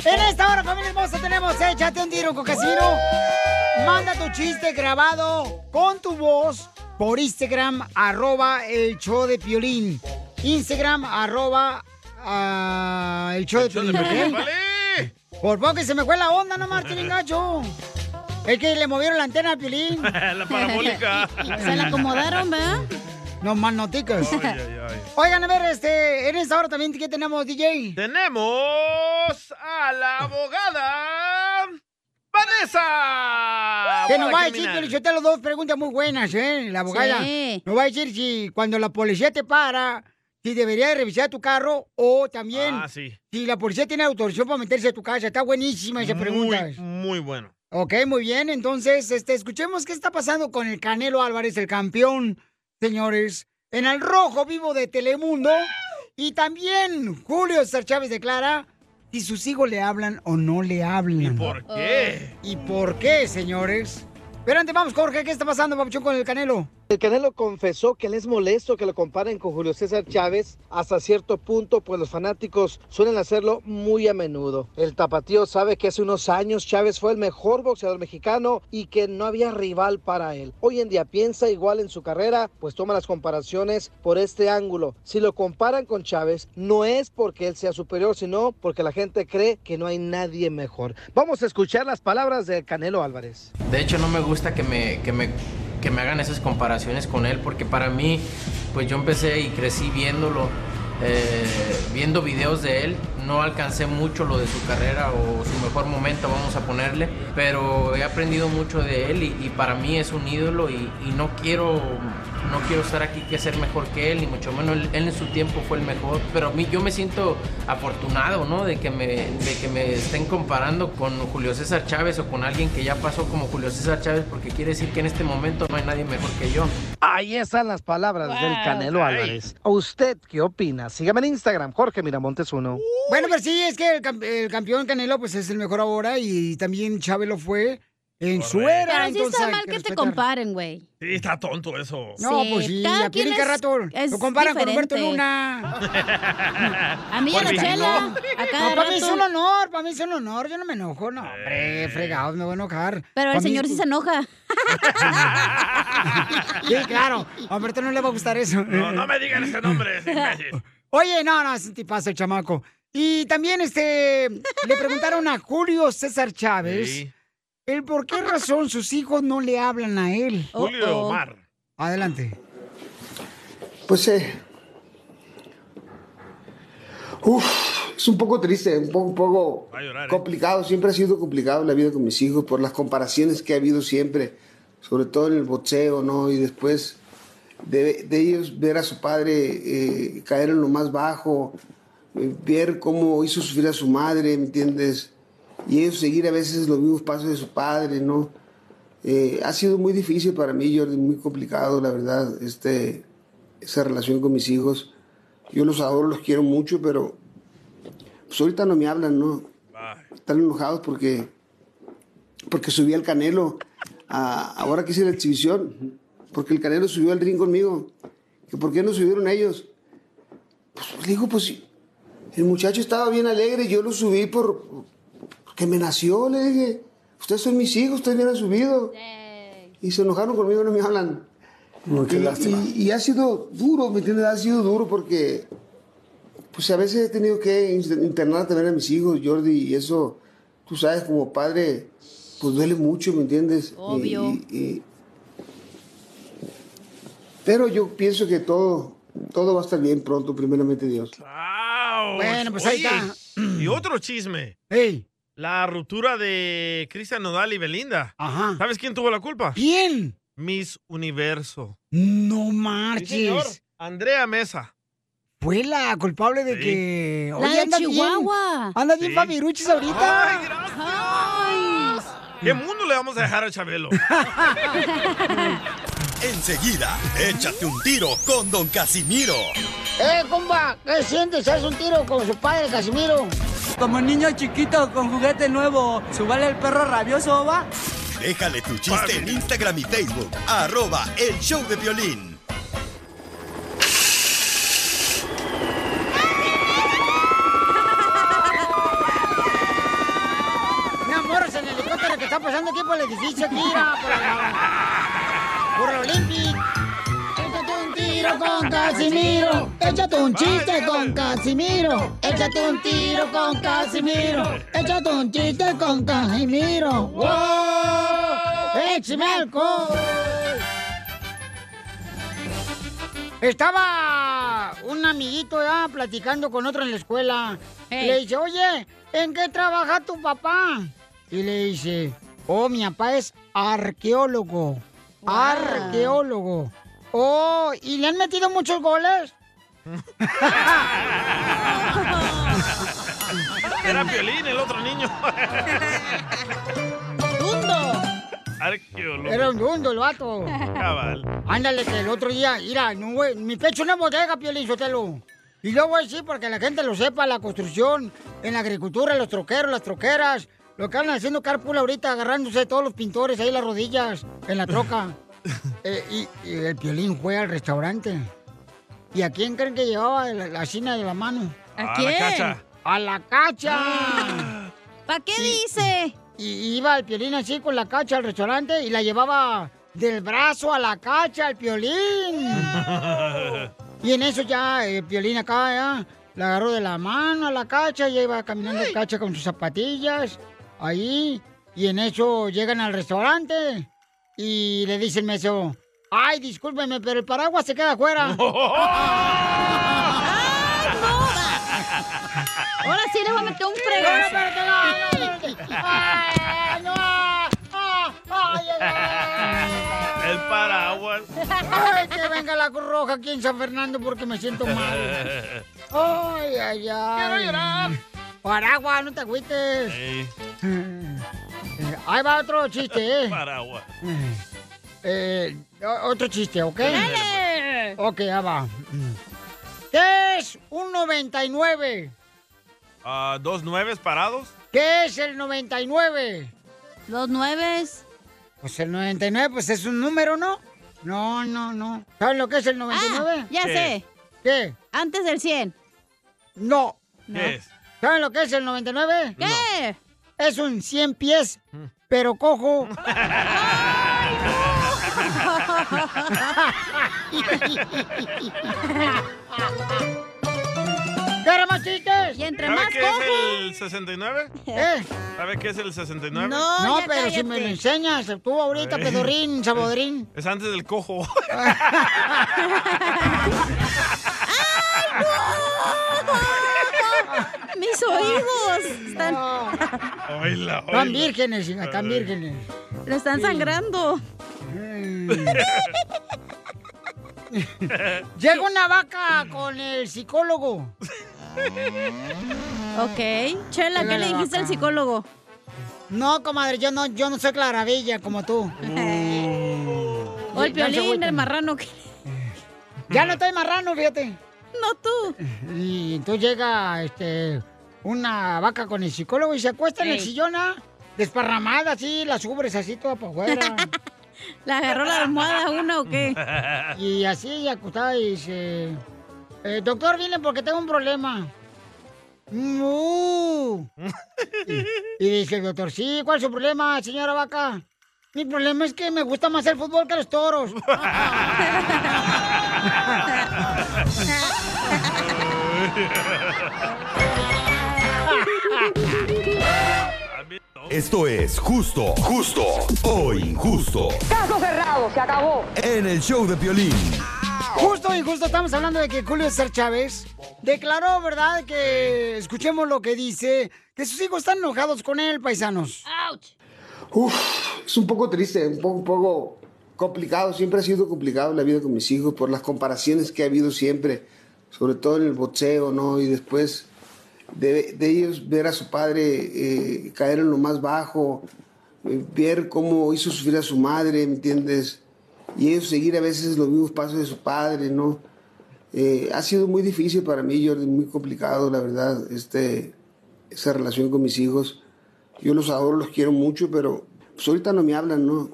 Speaker 2: En esta hora, familia hermosa, tenemos Échate un tiro con Casino. Manda tu chiste grabado con tu voz por Instagram, arroba el show de Piolín. Instagram, arroba ah, el show de Piolín.
Speaker 3: Piolín,
Speaker 2: ¿ok? Por poco que se me fue la onda, no Martín Gacho. Es que le movieron la antena al Piolín.
Speaker 3: La parabólica.
Speaker 2: Se la acomodaron, ¿verdad? No más noticas.
Speaker 3: Ay, ay, ay.
Speaker 2: Oigan, a ver, este, en esta hora también, ¿qué tenemos, DJ?
Speaker 3: Tenemos a la abogada Vanessa.
Speaker 2: Que nos
Speaker 3: Abogada
Speaker 2: va a decir,
Speaker 3: Ah, criminal.
Speaker 2: Pio Lizotelo, dos preguntas muy buenas, ¿eh? La abogada.
Speaker 3: Sí.
Speaker 2: Nos va a decir si cuando la policía te para, si debería de revisar tu carro o también
Speaker 3: Ah, sí.
Speaker 2: si la policía tiene autorización para meterse a tu casa. Está buenísima esa pregunta.
Speaker 3: Muy, muy bueno.
Speaker 2: Ok, muy bien. Entonces, este, escuchemos qué está pasando con el Canelo Álvarez, el campeón, señores, en el rojo vivo de Telemundo. Y también Julio César Chávez declara si sus hijos le hablan o no le hablan. ¿Y por
Speaker 3: qué?
Speaker 2: ¿Y por qué, señores? Pero antes vamos, Jorge, ¿qué está pasando, papuchón, con el Canelo?
Speaker 5: El Canelo confesó que le es molesto que lo comparen con Julio César Chávez hasta cierto punto, pues los fanáticos suelen hacerlo muy a menudo. El tapatío sabe que hace unos años Chávez fue el mejor boxeador mexicano y que no había rival para él. Hoy en día piensa igual en su carrera, pues toma las comparaciones por este ángulo. Si lo comparan con Chávez, no es porque él sea superior, sino porque la gente cree que no hay nadie mejor. Vamos a escuchar las palabras de Canelo Álvarez.
Speaker 6: De hecho, no me gusta que me, que me, que me hagan esas comparaciones con él, porque para mí, pues yo empecé y crecí viéndolo, eh, viendo videos de él. No alcancé mucho lo de su carrera o su mejor momento, vamos a ponerle, pero he aprendido mucho de él y, y para mí es un ídolo y, y no quiero no quiero estar aquí que ser mejor que él, ni mucho menos él, él en su tiempo fue el mejor, pero a mí yo me siento afortunado, ¿no? De que me, de que me estén comparando con Julio César Chávez o con alguien que ya pasó como Julio César Chávez, porque quiere decir que en este momento no hay nadie mejor que yo.
Speaker 5: Ahí están las palabras del Canelo Álvarez. ¿A usted qué opina? Sígame en Instagram, Jorge Miramontes 1.
Speaker 2: Bueno, pero sí, es que el, cam- el campeón Canelo pues es el mejor ahora y también Chávez lo fue en su era.
Speaker 4: Pero sí
Speaker 2: entonces
Speaker 4: está
Speaker 2: hay
Speaker 4: mal que te
Speaker 2: respetar.
Speaker 4: comparen, güey.
Speaker 3: Sí, está tonto eso.
Speaker 2: No, pues sí,
Speaker 4: cada
Speaker 2: a Piolín
Speaker 4: quien
Speaker 2: cada
Speaker 4: es-
Speaker 2: rato
Speaker 4: es
Speaker 2: lo comparan con Humberto
Speaker 4: diferente.
Speaker 2: Luna.
Speaker 4: A mí y a la
Speaker 2: Por fin,
Speaker 4: chela.
Speaker 2: no.
Speaker 4: a cada
Speaker 2: No, para mí es
Speaker 4: rato. Eh.
Speaker 2: un honor, para mí es un honor. Yo no me enojo, no, hombre, fregados, me voy a enojar.
Speaker 4: Pero el
Speaker 2: Pa' mí-
Speaker 4: señor sí se enoja.
Speaker 2: Sí, claro. A Humberto no le va a gustar eso.
Speaker 3: No, no me digan ese nombre, ese imbécil.
Speaker 2: Oye, no, no, es un tipazo el chamaco. Y también este le preguntaron a Julio César Chávez
Speaker 3: Sí.
Speaker 2: el por qué razón sus hijos no le hablan a él.
Speaker 3: Julio
Speaker 2: Oh, oh.
Speaker 3: Omar.
Speaker 2: Adelante.
Speaker 15: Pues eh, uf, es un poco triste, un poco, un poco complicado. Siempre ha sido complicado la vida con mis hijos por las comparaciones que ha habido siempre, sobre todo en el boxeo, ¿no? Y después de, de ellos ver a su padre eh, caer en lo más bajo, eh, ver cómo hizo sufrir a su madre, ¿me entiendes? Y ellos seguir a veces los mismos pasos de su padre, ¿no? Eh, ha sido muy difícil para mí, Jordi, muy complicado, la verdad, este, esa relación con mis hijos. Yo los adoro, los quiero mucho, pero pues ahorita no me hablan, ¿no? Están enojados porque, porque subí al Canelo, a- ahora que hice la exhibición, porque el Canelo subió al ring conmigo, que por qué no subieron ellos. Pues le digo, pues el muchacho estaba bien alegre, yo lo subí por, porque me nació, le dije, ustedes son mis hijos, ustedes me han subido. Y se enojaron conmigo, no me hablan.
Speaker 16: qué
Speaker 15: Y-
Speaker 16: lástima.
Speaker 15: y- y ha sido duro, ¿me entiendes? Ha sido duro porque, pues a veces he tenido que in- internar también a mis hijos, Jordi, y eso, tú sabes, como padre, pues duele mucho, ¿me entiendes? Y-
Speaker 4: Obvio.
Speaker 15: y- y- pero yo pienso que todo, todo va a estar bien pronto, primeramente Dios.
Speaker 3: Bueno,
Speaker 15: pues ahí
Speaker 3: está. Y otro chisme. La ruptura de Cristian Nodal y Belinda.
Speaker 2: Ajá.
Speaker 3: ¿Sabes quién tuvo la culpa?
Speaker 2: ¿Quién?
Speaker 3: Miss Universo.
Speaker 2: No
Speaker 3: Sí, señor.
Speaker 2: marches.
Speaker 3: Andrea Mesa.
Speaker 2: Fue la culpable de
Speaker 8: Eh,
Speaker 2: que.
Speaker 3: La
Speaker 2: Oye,
Speaker 3: de
Speaker 2: anda
Speaker 3: Chihuahua.
Speaker 2: Bien, anda bien
Speaker 3: Sí.
Speaker 2: Fabiruchis ahorita.
Speaker 3: Ay, ¿Qué mundo le vamos a dejar a Chabelo?
Speaker 7: Enseguida, échate un tiro con Don Casimiro.
Speaker 2: ¡Eh, comba! ¿Qué sientes? ¿Haz un tiro con su padre, Casimiro?
Speaker 8: Como niño chiquito con juguete nuevo, ¿subale el perro rabioso va?
Speaker 7: Déjale tu chiste en Instagram y Facebook, arroba el show de violín.
Speaker 2: Una morra en el helicóptero que está pasando aquí por el edificio, tira por la- por el Olympic. Échate un tiro con Casimiro. Échate un chiste con Casimiro. Échate un tiro con Casimiro. Échate un chiste con Casimiro. ¡Wow! ¡Échame alcohol! Estaba un amiguito ya platicando con otro en la escuela.
Speaker 18: Ey.
Speaker 2: Le dice, oye, ¿en qué trabaja tu papá? Y le dice, oh, mi papá es arqueólogo. Arqueólogo. Oh, ¿y le han metido muchos goles?
Speaker 3: Era violín el otro niño.
Speaker 2: ¡Dundo!
Speaker 3: Arqueólogo.
Speaker 2: Era un dundo el vato.
Speaker 3: Cabal.
Speaker 2: Ándale, que el otro día, mira, no, güey, mi pecho no bodega, Piolín Sotelo. Y luego sí, para que la gente lo sepa, la construcción, en la agricultura, los troqueros, las troqueras, lo que andan haciendo carpool ahorita, agarrándose todos los pintores ahí las rodillas, en la troca. Eh, y, y el piolín fue al restaurante. ¿Y a quién creen que llevaba la, la china de la mano?
Speaker 4: ¿A quién?
Speaker 2: A Ah, la cacha. ¡A la cacha!
Speaker 4: ¿Para qué dice?
Speaker 2: Y iba el piolín así con la cacha al restaurante y la llevaba del brazo a la cacha al piolín. Y en eso ya, eh, Piolín acá, ya, la agarró de la mano a la cacha, ya iba caminando cacha con sus zapatillas, ahí, y en eso llegan al restaurante y le dice el mesero, ay, discúlpeme, pero el paraguas se queda afuera.
Speaker 4: Ahora sí le voy a meter un
Speaker 3: El paraguas.
Speaker 2: ¡Ay, que venga la Cruz Roja aquí en San Fernando porque me siento mal! ¡Ay, ay, ay!
Speaker 9: Quiero llorar.
Speaker 2: Paraguas, no te agüites.
Speaker 3: Ey,
Speaker 2: Eh, Ahí va otro chiste, ¿eh?
Speaker 3: paraguas.
Speaker 2: Eh, o- otro chiste, ¿ok? Ok, ya va. ¿Qué es un 99?
Speaker 3: Ah, ¿Dos nueves parados?
Speaker 2: ¿Qué es el 99?
Speaker 4: Los nueves.
Speaker 2: Pues el 99, pues es un número, ¿no? No, no, no. ¿Sabes lo que es el 99?
Speaker 4: Ah, ya ¿Qué? sé.
Speaker 2: ¿Qué?
Speaker 4: Antes del 100.
Speaker 2: No.
Speaker 4: No. ¿Qué es?
Speaker 2: ¿Saben lo que es el 99?
Speaker 4: ¿Qué?
Speaker 2: Es un 100 pies, pero cojo. ¿Quieres más chistes?
Speaker 4: Y entre
Speaker 3: ¿Sabe qué es el 69?
Speaker 2: ¿Eh?
Speaker 3: ¿Sabe qué es el 69?
Speaker 2: No, pero si me lo enseñas, tú ahorita,
Speaker 3: Ay.
Speaker 2: pedorrín, sabodrín.
Speaker 3: Es antes del cojo.
Speaker 4: Mis oídos están,
Speaker 3: Oíla,
Speaker 2: Están vírgenes, hija, están vírgenes.
Speaker 4: le están sangrando.
Speaker 2: Llega una vaca con el psicólogo.
Speaker 4: Ok. Chela, ¿qué le dijiste al
Speaker 2: psicólogo? No, comadre, yo no, yo no soy claravilla como
Speaker 4: O
Speaker 2: tú.
Speaker 4: Oh, el Piolín, el
Speaker 2: marrano. Ya no estoy marrano, fíjate. No tú. Y entonces llega este, una vaca con el psicólogo y se acuesta en el
Speaker 4: Ey.
Speaker 2: sillón, ah, desparramada así, las ubres así toda para afuera.
Speaker 4: ¿La agarró la almohada una o qué?
Speaker 2: Y así acostada y dice, eh, doctor, viene porque tengo un problema. "Mu". Y, y dice el doctor, sí, ¿cuál es su problema, señora vaca? Mi problema es que me gusta más el fútbol que los toros.
Speaker 7: Esto es justo, justo o injusto.
Speaker 2: Caso cerrado, se acabó.
Speaker 7: En el show de Piolín.
Speaker 2: Justo y justo estamos hablando de que Julio César Chávez declaró, ¿verdad? Que escuchemos lo que dice, que sus hijos están enojados con él, paisanos.
Speaker 15: Uf, es un poco triste, un poco, un poco complicado. Siempre ha sido complicado la vida con mis hijos por las comparaciones que ha habido siempre, sobre todo en el boxeo, ¿no? Y después de, de ellos ver a su padre eh, caer en lo más bajo, eh, ver cómo hizo sufrir a su madre, ¿me entiendes? Y ellos seguir a veces los mismos pasos de su padre, ¿no? Eh, ha sido muy difícil para mí, Jordi, muy complicado, la verdad, este, esa relación con mis hijos. Yo los adoro, los quiero mucho, pero pues ahorita no me hablan, ¿no?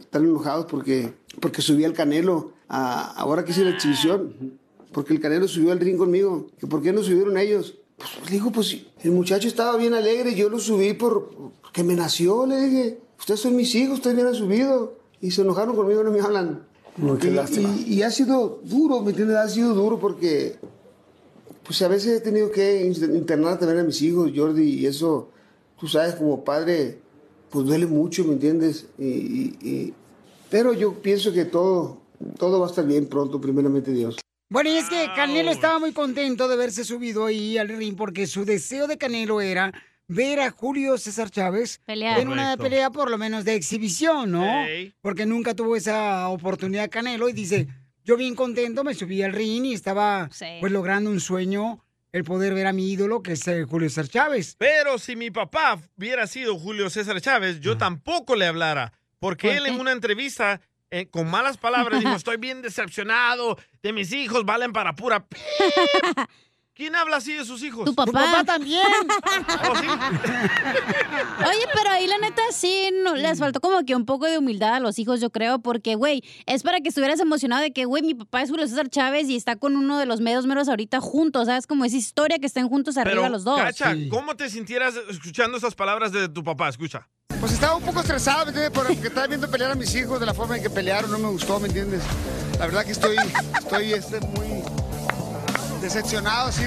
Speaker 15: Están enojados porque, porque subí al Canelo a, ahora que hice la exhibición. Porque el Canelo subió al ring conmigo. Que ¿Por qué no subieron ellos? Pues, le digo, pues el muchacho estaba bien alegre, yo lo subí por, porque me nació, le dije. Ustedes son mis hijos, ustedes me han subido. Y se enojaron conmigo, no me hablan.
Speaker 10: No, qué
Speaker 15: Y-
Speaker 10: lástima.
Speaker 15: Y, y ha sido duro, ¿me entiendes? Ha sido duro porque pues a veces he tenido que in- internar también a mis hijos, Jordi, y eso, tú sabes, como padre, pues duele mucho, ¿me entiendes? Y, y- y- pero yo pienso que todo, todo va a estar bien pronto, primeramente Dios.
Speaker 2: Bueno, y es que Canelo estaba muy contento de verse subido ahí al ring porque su deseo de Canelo era ver a Julio César Chávez
Speaker 4: Pelear.
Speaker 2: en una
Speaker 4: Correcto.
Speaker 2: pelea por lo menos de exhibición, ¿no?
Speaker 4: Ey.
Speaker 2: Porque nunca tuvo esa oportunidad Canelo y dice, yo bien contento me subí al ring y estaba pues logrando un sueño, el poder ver a mi ídolo que es eh, Julio César Chávez.
Speaker 3: Pero si mi papá hubiera sido Julio César Chávez, yo tampoco le hablara. Porque él en una entrevista eh, con malas palabras, dijo, estoy bien decepcionado de mis hijos, valen para pura... p-". ¿Quién habla así de sus hijos?
Speaker 4: Tu papá.
Speaker 2: también.
Speaker 4: Oye, pero ahí la neta sí no, les faltó como que un poco de humildad a los hijos, yo creo, porque, güey, es para que estuvieras emocionado de que, güey, mi papá es Julio César Chávez y está con uno de los medios meros ahorita juntos, ¿sabes? Como esa historia que estén juntos arriba
Speaker 3: Pero,
Speaker 4: los dos.
Speaker 3: Cacha, ¿cómo te sintieras escuchando esas palabras de tu papá? Escucha.
Speaker 15: Pues estaba un poco estresado, ¿me entiendes? Porque estaba viendo pelear a mis hijos de la forma en que pelearon, no me gustó, ¿me entiendes? La verdad que estoy, estoy este, muy decepcionado, sí.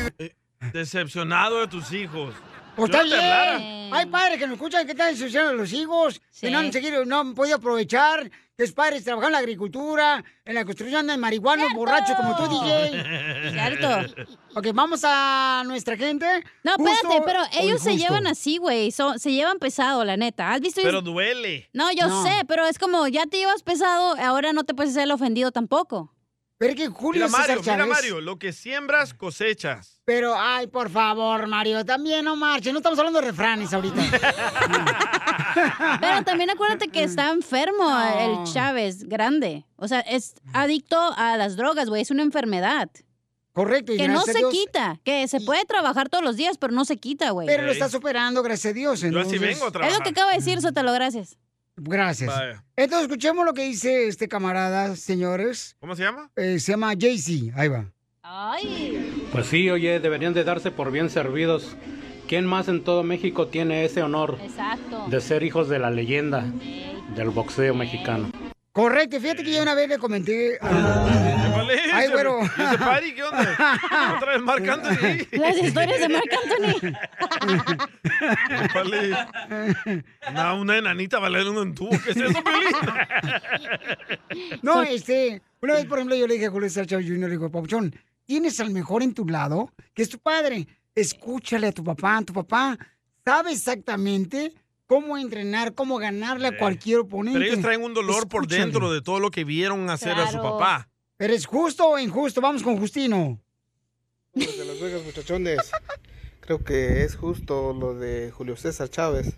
Speaker 3: Decepcionado de tus hijos.
Speaker 2: Pues
Speaker 3: Yo
Speaker 2: está
Speaker 3: no te hablara.
Speaker 2: bien. Hay padres que nos escuchan que están ensuciando a los hijos, que no han, seguido, no han podido aprovechar, que sus padres trabajan en la agricultura, en la construcción de marihuanos borrachos como tú, DJ.
Speaker 4: Cierto.
Speaker 2: Ok, vamos a nuestra gente.
Speaker 4: No,
Speaker 2: Justo
Speaker 4: espérate, pero
Speaker 2: o
Speaker 4: ellos se
Speaker 2: injusto.
Speaker 4: llevan así, güey. son- se llevan pesado, la neta. ¿Has visto?
Speaker 3: Pero duele.
Speaker 4: No, yo
Speaker 3: No.
Speaker 4: sé, pero es como ya te llevas pesado, ahora no te puedes hacer el ofendido tampoco.
Speaker 2: Pero que
Speaker 3: mira, Mario, mira, Mario, lo que siembras, cosechas.
Speaker 2: Pero, ay, por favor, Mario, también no marches. No estamos hablando de refranes ahorita.
Speaker 4: Pero también acuérdate que está enfermo el Chávez, grande. O sea, es adicto a las drogas, güey. Es una enfermedad.
Speaker 2: Correcto. y
Speaker 4: Que no
Speaker 2: gracias a
Speaker 4: se
Speaker 2: Dios-
Speaker 4: quita. Que se puede trabajar todos los días, pero no se quita, güey.
Speaker 2: Pero lo está superando, gracias a Dios. entonces-
Speaker 4: Es lo que acaba de decir, Sotelo, gracias.
Speaker 2: Gracias. Entonces, escuchemos lo que dice este camarada, señores. Eh,
Speaker 3: ¿Cómo se llama?
Speaker 2: se llama Jay-Z. Ahí va.
Speaker 10: Pues sí, oye, deberían de darse por bien servidos. ¿Quién más en todo México tiene ese honor
Speaker 4: Exacto.
Speaker 10: de ser hijos de la leyenda del boxeo mexicano?
Speaker 2: Correcto, fíjate
Speaker 3: Eh.
Speaker 2: que yo una vez le comenté. a- Ay, güero.
Speaker 10: ¿Y ese party qué
Speaker 3: onda? Otra vez Marc Anthony.
Speaker 4: Las historias de Marc Anthony.
Speaker 3: Vale. Una, una enanita bailando en tubo. ¿Qué es eso, Piolín?
Speaker 2: No, este. Una vez, por ejemplo, yo le dije a Julio César Chávez Jr., le digo, Papuchón, tienes al mejor en tu lado, que es tu padre. Escúchale a tu papá. Tu papá sabe exactamente cómo entrenar, cómo ganarle a cualquier oponente.
Speaker 3: Pero ellos traen un dolor por
Speaker 2: Escúchale.
Speaker 3: dentro de todo lo que vieron hacer a su
Speaker 2: Claro.
Speaker 3: papá.
Speaker 2: Pero es justo o injusto. Vamos con Justino.
Speaker 16: de Las Vegas, muchachones. Creo que es justo lo de Julio César Chávez,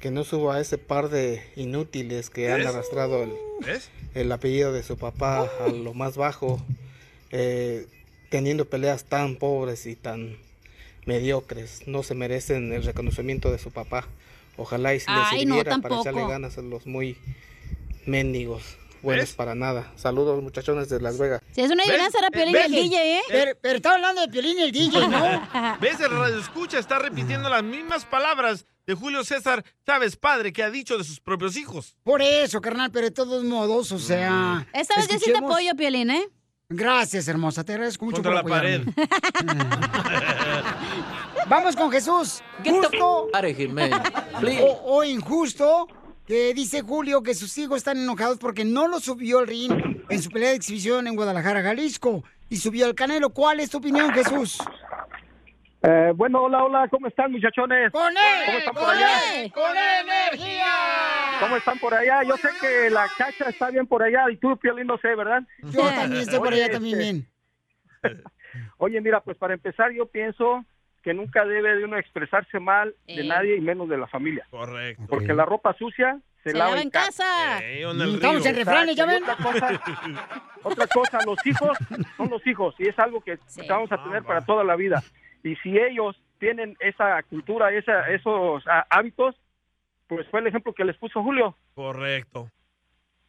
Speaker 16: que no suba a ese par de inútiles que han
Speaker 18: ¿Ves?
Speaker 16: arrastrado el,
Speaker 18: ¿Ves?
Speaker 16: el apellido de su papá a lo más bajo, eh, teniendo peleas tan pobres y tan mediocres. No se merecen el reconocimiento de su papá. Ojalá y se les
Speaker 4: Ay, no,
Speaker 16: sirviera para echarle
Speaker 4: tampoco.
Speaker 16: ganas a los muy mendigos, buenos para nada. Saludos, muchachones de Las Vegas.
Speaker 4: Si es una
Speaker 16: ¿Ves?
Speaker 4: adivinanza, era Piolín y el
Speaker 16: ¿Ves?
Speaker 4: DJ, ¿eh?
Speaker 2: Pero, pero estaba hablando de Piolín y el DJ, ¿no?
Speaker 3: Pues, ¿Ves? El radio escucha está repitiendo las mismas palabras de Julio César Chávez, padre, que ha dicho de sus propios hijos.
Speaker 2: Por eso, carnal, pero de todos modos, o sea.
Speaker 4: Mm. Esta vez yo sí te
Speaker 2: escuchemos-
Speaker 4: apoyo, Piolín, ¿eh?
Speaker 2: Gracias, hermosa. Te agradezco mucho
Speaker 3: Contra
Speaker 2: por
Speaker 3: la pared.
Speaker 2: apoyarme. Vamos con Jesús. Justo o, o injusto que dice Julio que sus hijos están enojados porque no lo subió al ring en su pelea de exhibición en Guadalajara, Jalisco. Y subió al Canelo. ¿Cuál es tu opinión, Jesús?
Speaker 23: Eh, bueno, hola, hola, ¿cómo están, muchachones?
Speaker 2: ¡Con
Speaker 23: ¿Cómo
Speaker 2: él!
Speaker 23: están por
Speaker 2: ¡Con
Speaker 9: E.
Speaker 23: allá?
Speaker 2: él! ¡Con energía!
Speaker 23: ¿Cómo están por allá? Yo sé que la cacha está bien por allá y tú, Piolín, no sé, ¿verdad?
Speaker 2: Yo también estoy por
Speaker 23: Oye,
Speaker 2: allá también
Speaker 23: este,
Speaker 2: bien.
Speaker 23: Oye, mira, pues para empezar, yo pienso que nunca debe de uno expresarse mal de
Speaker 4: Eh.
Speaker 23: nadie y menos de la familia.
Speaker 3: Correcto.
Speaker 23: Porque la ropa sucia se,
Speaker 4: Se lava en casa. Estamos en refranes, ya ven.
Speaker 23: Otra cosa, otra cosa, los hijos son los hijos y es algo que vamos a tener para toda la vida. Y si ellos tienen esa cultura, esa, esos ah, hábitos, pues fue el ejemplo que les puso Julio.
Speaker 3: Correcto.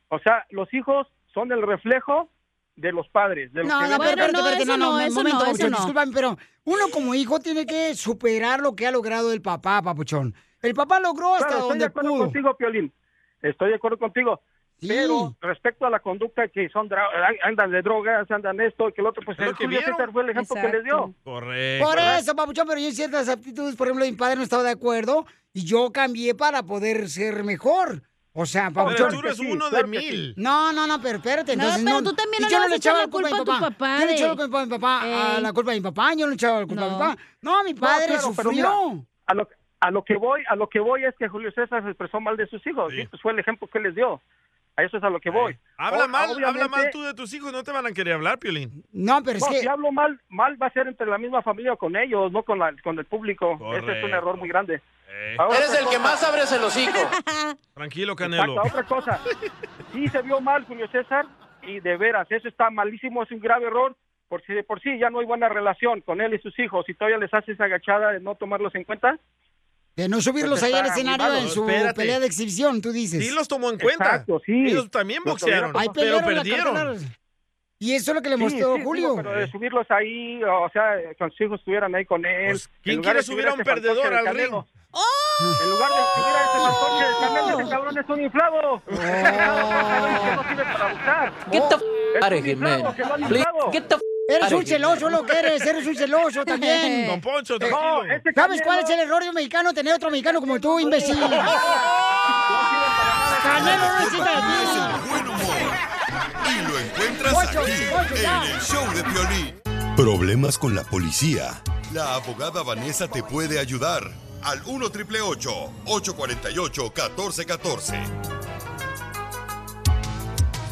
Speaker 23: O sea, los hijos son el reflejo de los padres. De los que ven-
Speaker 2: un momento, Papuchón, discúlpame, pero uno como hijo tiene que superar lo que ha logrado el papá, papuchón. El papá logró hasta
Speaker 23: Claro, estoy de
Speaker 2: donde
Speaker 23: acuerdo
Speaker 2: pudo.
Speaker 23: contigo, Piolín. Estoy de acuerdo contigo. Pero respecto a la conducta que son dra- eh, andan de drogas, andan esto y que el otro, pues el Julio César fue el ejemplo que les dio. Eh,
Speaker 3: Correcto.
Speaker 2: Por eso, papuchón, pero yo en ciertas aptitudes, por ejemplo, mi padre no estaba de acuerdo y yo cambié para poder ser mejor. O sea, papuchón.
Speaker 3: tú eres uno de mil.
Speaker 2: No, no, no, pero espérate.
Speaker 4: No,
Speaker 2: Entonces,
Speaker 4: pero tú también
Speaker 2: y
Speaker 4: no le
Speaker 2: yo no
Speaker 4: vas
Speaker 2: le
Speaker 4: a echar
Speaker 2: echaba
Speaker 4: la
Speaker 2: la culpa a mi
Speaker 4: culpa a
Speaker 2: papá.
Speaker 4: tu papá
Speaker 2: Yo no le
Speaker 4: de-
Speaker 2: echaba la culpa a mi papá, a
Speaker 23: Ey.
Speaker 2: la culpa de mi papá. Yo no le echaba la culpa a mi papá. No, mi padre
Speaker 23: claro, pero
Speaker 2: sufrió.
Speaker 23: mira, a lo a lo que voy, a lo que voy es que Julio César se expresó mal de sus hijos. y pues fue el ejemplo que les dio. A eso es a lo que voy.
Speaker 3: Habla
Speaker 23: O-
Speaker 3: mal, habla mal
Speaker 23: obviamente-
Speaker 3: tú de tus hijos, no te van a querer hablar, Piolín.
Speaker 2: No, pero
Speaker 3: es que-
Speaker 23: Si hablo mal, mal va a ser entre la misma familia o con ellos, no con, la, con el público. Ese es un
Speaker 3: Correcto.
Speaker 23: error muy grande.
Speaker 3: Eres el que más abres el hocico.
Speaker 23: Tranquilo,
Speaker 3: Canelo.
Speaker 23: otra cosa. Sí se vio mal, Julio César, y de veras, eso está malísimo, es un grave error. Por si de por sí ya no hay buena relación con él y sus hijos, y todavía les haces agachada de no tomarlos en cuenta.
Speaker 2: De no subirlos ahí
Speaker 23: Pues
Speaker 2: al
Speaker 23: está
Speaker 2: escenario
Speaker 23: animado,
Speaker 2: en su
Speaker 23: espérate.
Speaker 2: pelea de exhibición, tú dices.
Speaker 3: Sí los tomó en cuenta.
Speaker 23: Exacto, sí.
Speaker 3: Ellos también
Speaker 23: Los
Speaker 3: boxearon,
Speaker 23: tuvieron-
Speaker 3: Ahí pero pelearon las perdieron.
Speaker 2: campeonatos. Y eso es lo que le
Speaker 23: Sí,
Speaker 2: mostró
Speaker 23: sí,
Speaker 2: Julio.
Speaker 23: digo, pero de subirlos ahí, o sea, que los hijos estuvieran ahí con él.
Speaker 3: Pues, ¿quién
Speaker 23: en lugar de
Speaker 3: quiere subir a un
Speaker 23: este fantoche
Speaker 3: perdedor
Speaker 23: del
Speaker 3: al
Speaker 23: Canelo.
Speaker 3: ring?
Speaker 2: ¡Oh!
Speaker 23: En lugar de subir a este fantoche del Canelo, ese cabrón es un
Speaker 2: Oh.
Speaker 23: inflado.
Speaker 6: Get the f out
Speaker 23: Es
Speaker 6: of here,
Speaker 23: un inflado,
Speaker 6: man.
Speaker 23: que lo han
Speaker 6: Please,
Speaker 23: inflado.
Speaker 6: get the f
Speaker 2: Eres
Speaker 6: out
Speaker 2: un
Speaker 6: of here.
Speaker 2: celoso, lo que eres, eres un celoso también. Eh,
Speaker 6: Don
Speaker 3: Poncho,
Speaker 6: tranquilo.
Speaker 23: este
Speaker 2: ¿Sabes cuál es el error de un mexicano? Tener otro mexicano como tú, imbécil. Canelo no necesita de ti.
Speaker 7: Y lo encuentras Ocho, aquí, ocho, ya. en el show de Piolín. Problemas con la policía. La abogada Vanessa te puede ayudar. Al 1 848 1414.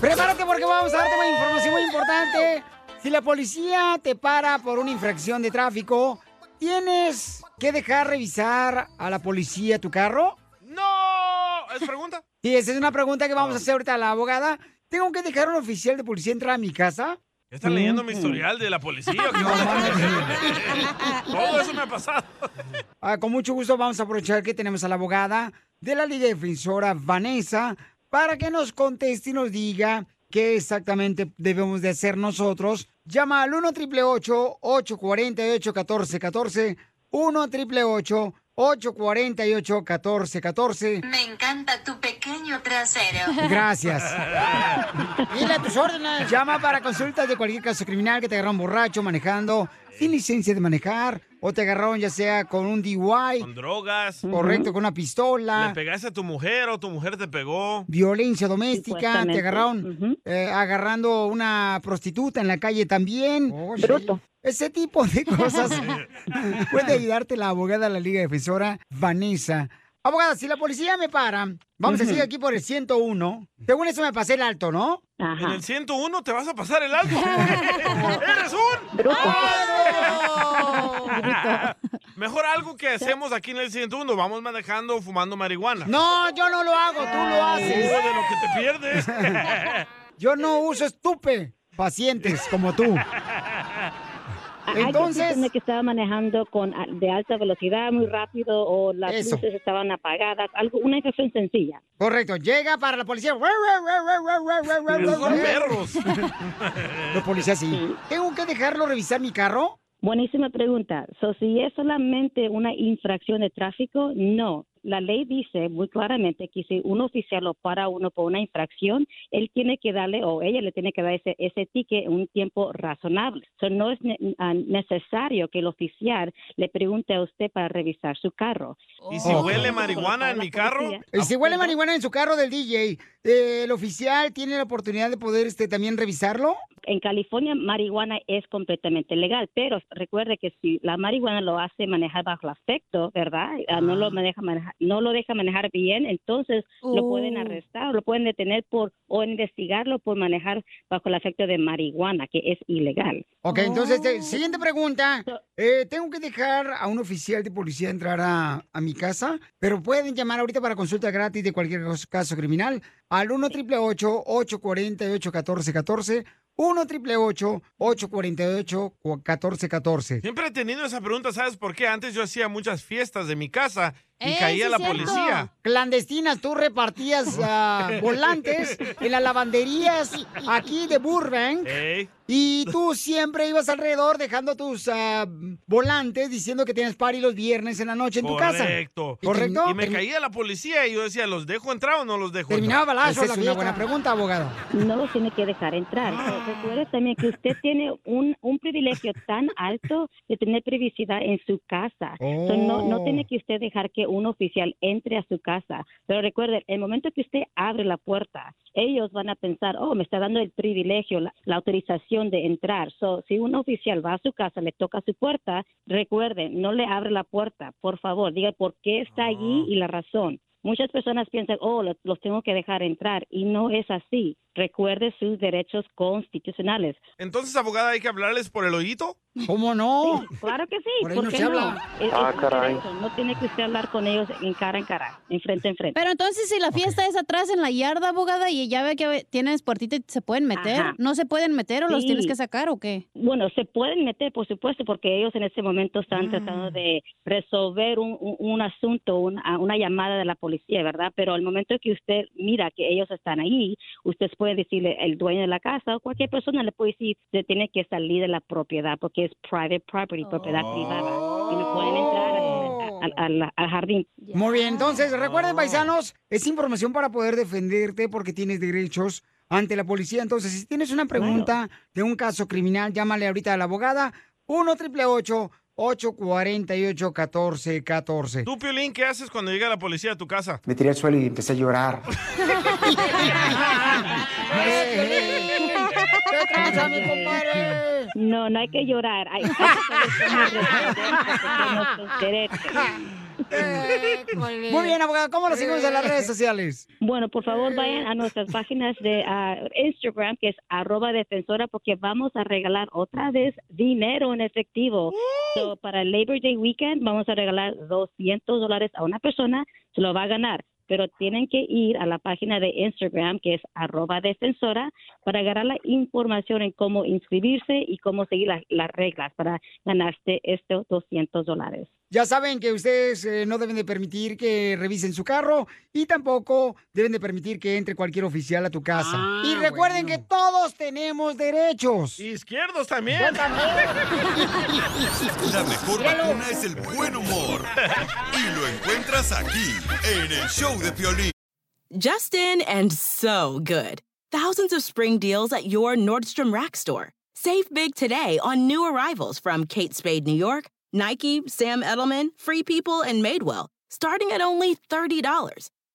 Speaker 2: Prepárate porque vamos a darte una información muy importante. Si la policía te para por una infracción de tráfico, ¿tienes que dejar revisar a la policía tu carro?
Speaker 3: ¡No! ¿Es pregunta?
Speaker 2: Sí, esa es una pregunta que vamos a hacer ahorita a la abogada. ¿Tengo que dejar a un oficial de policía entrar a mi casa? Mm.
Speaker 3: ¿Están leyendo mi historial de la policía? o qué
Speaker 2: No,
Speaker 3: onda?
Speaker 2: mames.
Speaker 3: Todo eso me ha pasado.
Speaker 2: Ah, con mucho gusto vamos a aprovechar que tenemos a la abogada de la Liga Defensora, Vanessa, para que nos conteste y nos diga qué exactamente debemos de hacer nosotros. Llama al 1 888 848 1414 1 888 848 1414
Speaker 26: Me encanta tu pequeño trasero.
Speaker 2: Gracias. Dile a tus órdenes. Llama para consultas de cualquier caso criminal que te agarraron borracho manejando, sin licencia de manejar, o te agarraron ya sea con un DUI,
Speaker 3: Con drogas.
Speaker 2: correcto, con una pistola,
Speaker 3: Le pegaste a tu mujer o tu mujer te pegó.
Speaker 2: violencia doméstica,
Speaker 3: Supuestamente.
Speaker 2: te agarraron eh, agarrando una prostituta en la calle también. Oh, Bruto. Ese tipo de cosas puede ayudarte la abogada de la Liga Defensora, Vanessa. Abogada, si la policía me para, vamos a
Speaker 3: Ujú.
Speaker 2: seguir aquí por el 101. Según eso me pasé el alto, ¿no?
Speaker 3: En el 101 te vas a pasar el alto. ¡Eres un! ¡Malo! Mejor algo que hacemos aquí en el 101. Vamos manejando fumando marihuana.
Speaker 2: No, yo no lo hago, tú lo haces.
Speaker 3: Uy, de lo que te pierdes.
Speaker 2: Yo no uso estupe pacientes como tú.
Speaker 1: Ah,
Speaker 2: Entonces-
Speaker 1: Entonces, que estaba manejando con a- de alta velocidad, muy rápido, o las
Speaker 2: Eso.
Speaker 1: luces estaban apagadas, algo, una infracción sencilla.
Speaker 2: Correcto, llega para la policía. Los policías sí. ¿Tengo que dejarlo revisar mi carro?
Speaker 1: Buenísima pregunta. So, si es solamente una infracción de tráfico, no. La ley dice muy claramente que si un oficial lo para a uno por una infracción, él tiene que darle o ella le tiene que dar ese, ese ticket en un tiempo razonable. So, no es ne- ah, necesario que el oficial le pregunte a usted para revisar su carro.
Speaker 3: ¿Y
Speaker 2: Oh.
Speaker 3: si huele marihuana en mi carro?
Speaker 2: Y Eh, si huele marihuana en su carro del DJ, eh, ¿el oficial tiene la oportunidad de poder este, también revisarlo?
Speaker 1: En California, marihuana es completamente legal, pero recuerde que si la marihuana lo hace manejar bajo el afecto, ¿verdad? Ah, No lo maneja maneja- no lo deja manejar bien, entonces lo
Speaker 18: Uh.
Speaker 1: pueden arrestar, lo pueden detener por o investigarlo por manejar bajo el afecto de marihuana, que es ilegal.
Speaker 2: Ok, entonces, eh, siguiente pregunta. Eh, ¿Tengo que dejar a un oficial de policía entrar a, a mi casa? Pero pueden llamar ahorita para consulta gratis de cualquier cos- caso criminal al 1 888 848 1414 1 888 848 1414
Speaker 3: Siempre he tenido esa pregunta, ¿sabes por qué? Antes yo hacía muchas fiestas de mi casa y
Speaker 2: Eh,
Speaker 3: caía
Speaker 2: sí,
Speaker 3: la
Speaker 2: cierto.
Speaker 3: policía.
Speaker 2: Clandestinas, tú repartías ah, volantes en las lavanderías aquí de Burbank.
Speaker 3: Ey.
Speaker 2: Y tú siempre ibas alrededor dejando tus ah, volantes diciendo que tienes party los viernes en la noche en tu casa.
Speaker 3: Correcto.
Speaker 2: Y ¿Correcto?
Speaker 3: Y me
Speaker 2: Termi-
Speaker 3: caía la policía y yo decía, ¿los dejo entrar o no los dejo
Speaker 2: Terminaba
Speaker 3: entrar?
Speaker 2: balazo la vieja. pregunta, abogado. Ah.
Speaker 1: No lo tiene que dejar entrar. Recuerde también que usted tiene un, un privilegio tan alto de tener privacidad en su casa. So, no, no
Speaker 27: Oh.
Speaker 1: tiene que usted dejar que un oficial entre a su casa. Pero recuerde, el momento que usted abre la puerta, ellos van a pensar, oh, me está dando el privilegio, la, la autorización de entrar. So, si un oficial va a su casa, le toca su
Speaker 2: Ah.
Speaker 1: puerta, recuerde, no le abre la puerta, por favor, diga por qué está allí y la razón. Muchas personas piensan, oh, lo- los tengo que dejar entrar y no es así. Recuerde sus derechos constitucionales.
Speaker 3: Entonces, abogada, hay que hablarles por el oído.
Speaker 2: ¿Cómo no?
Speaker 1: Claro que sí,
Speaker 3: Por ahí
Speaker 1: ¿por
Speaker 3: no
Speaker 1: qué
Speaker 3: se
Speaker 1: no?
Speaker 3: habla.
Speaker 1: Es- es
Speaker 3: Ah,
Speaker 1: un
Speaker 3: caray.
Speaker 1: derecho, No tiene que usted hablar con ellos en cara en cara, en frente en frente.
Speaker 4: Pero entonces si la fiesta es atrás en la yarda, abogada, y ya ve que tienes puertita y se pueden meter,
Speaker 1: Ajá.
Speaker 4: ¿no se pueden meter o los
Speaker 1: Sí.
Speaker 4: tienes que sacar o qué?
Speaker 1: Bueno, se pueden meter, por supuesto, porque ellos en ese momento están
Speaker 2: Ah.
Speaker 1: tratando de resolver un, un- un asunto, un- a- una llamada de la policía, ¿verdad? Pero al momento que usted mira que ellos están ahí, usted puede decirle el dueño de la casa o cualquier persona le puede decir, se tiene que salir de la propiedad porque es private property, propiedad privada. Y no pueden entrar
Speaker 3: Oh.
Speaker 1: a- a- a la- al jardín.
Speaker 2: Muy bien, entonces recuerden, paisanos, es información para poder defenderte porque tienes derechos ante la policía. Entonces, si tienes una pregunta de un caso criminal, llámale ahorita a la abogada 1 888 848 1414
Speaker 3: Tú, Piolín, ¿qué haces cuando llega la policía a tu casa?
Speaker 28: Me tiré al suelo y empecé a llorar.
Speaker 1: No, no hay que llorar. Hay hay que saber cómo resolver porque no son derechos.
Speaker 2: Muy bien, abogada, ¿cómo lo seguimos en las redes sociales?
Speaker 1: Eh. Bueno, por favor, vayan a nuestras páginas de ah, Instagram, que es arroba defensora, porque vamos a regalar otra vez dinero en efectivo. So, para el Labor Day Weekend vamos a regalar 200 dólares a una persona, se lo va a ganar. Pero tienen que ir a la página de Instagram, que es arroba defensora, para agarrar la información en cómo inscribirse y cómo seguir las- las reglas para ganarse estos 200 dólares.
Speaker 2: Ya saben que ustedes eh, no deben de permitir que revisen su carro y tampoco deben de permitir que entre cualquier oficial a tu casa. y recuerden que todos tenemos derechos.
Speaker 3: Izquierdos también.
Speaker 7: La mejor vacuna es el buen humor. Y lo encuentras aquí, en el show de Piolín.
Speaker 29: Justin and so good. Thousands of spring deals at your Nordstrom Rack store. Save big today on new arrivals from Kate Spade, New York, Nike, Sam Edelman, Free People, and Madewell, starting at only $30.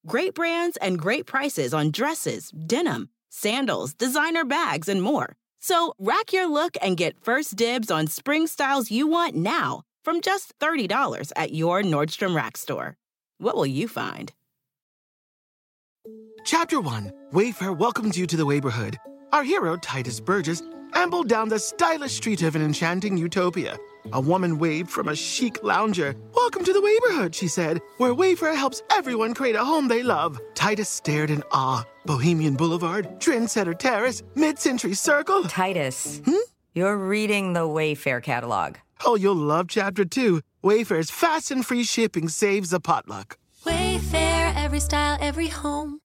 Speaker 29: Great brands and great prices on dresses, denim, sandals, designer bags, and more. So rack your look and get first dibs on spring styles you want now from just $30 at your Nordstrom Rack store. What will you find?
Speaker 27: Chapter 1 Wayfair welcomes you to the neighborhood. Our hero, Titus Burgess, ambled down the stylish street of an enchanting utopia. A woman waved from a chic lounger. Welcome to the neighborhood, she said, where Wayfair helps everyone create a home they love. Titus stared in awe. Bohemian Boulevard, Trendsetter Terrace, Mid Century Circle. Titus, hmm? you're reading the Wayfair catalog. Oh, you'll love Chapter 2. Wayfair's fast and free shipping saves a potluck.
Speaker 21: Wayfair, every style, every home.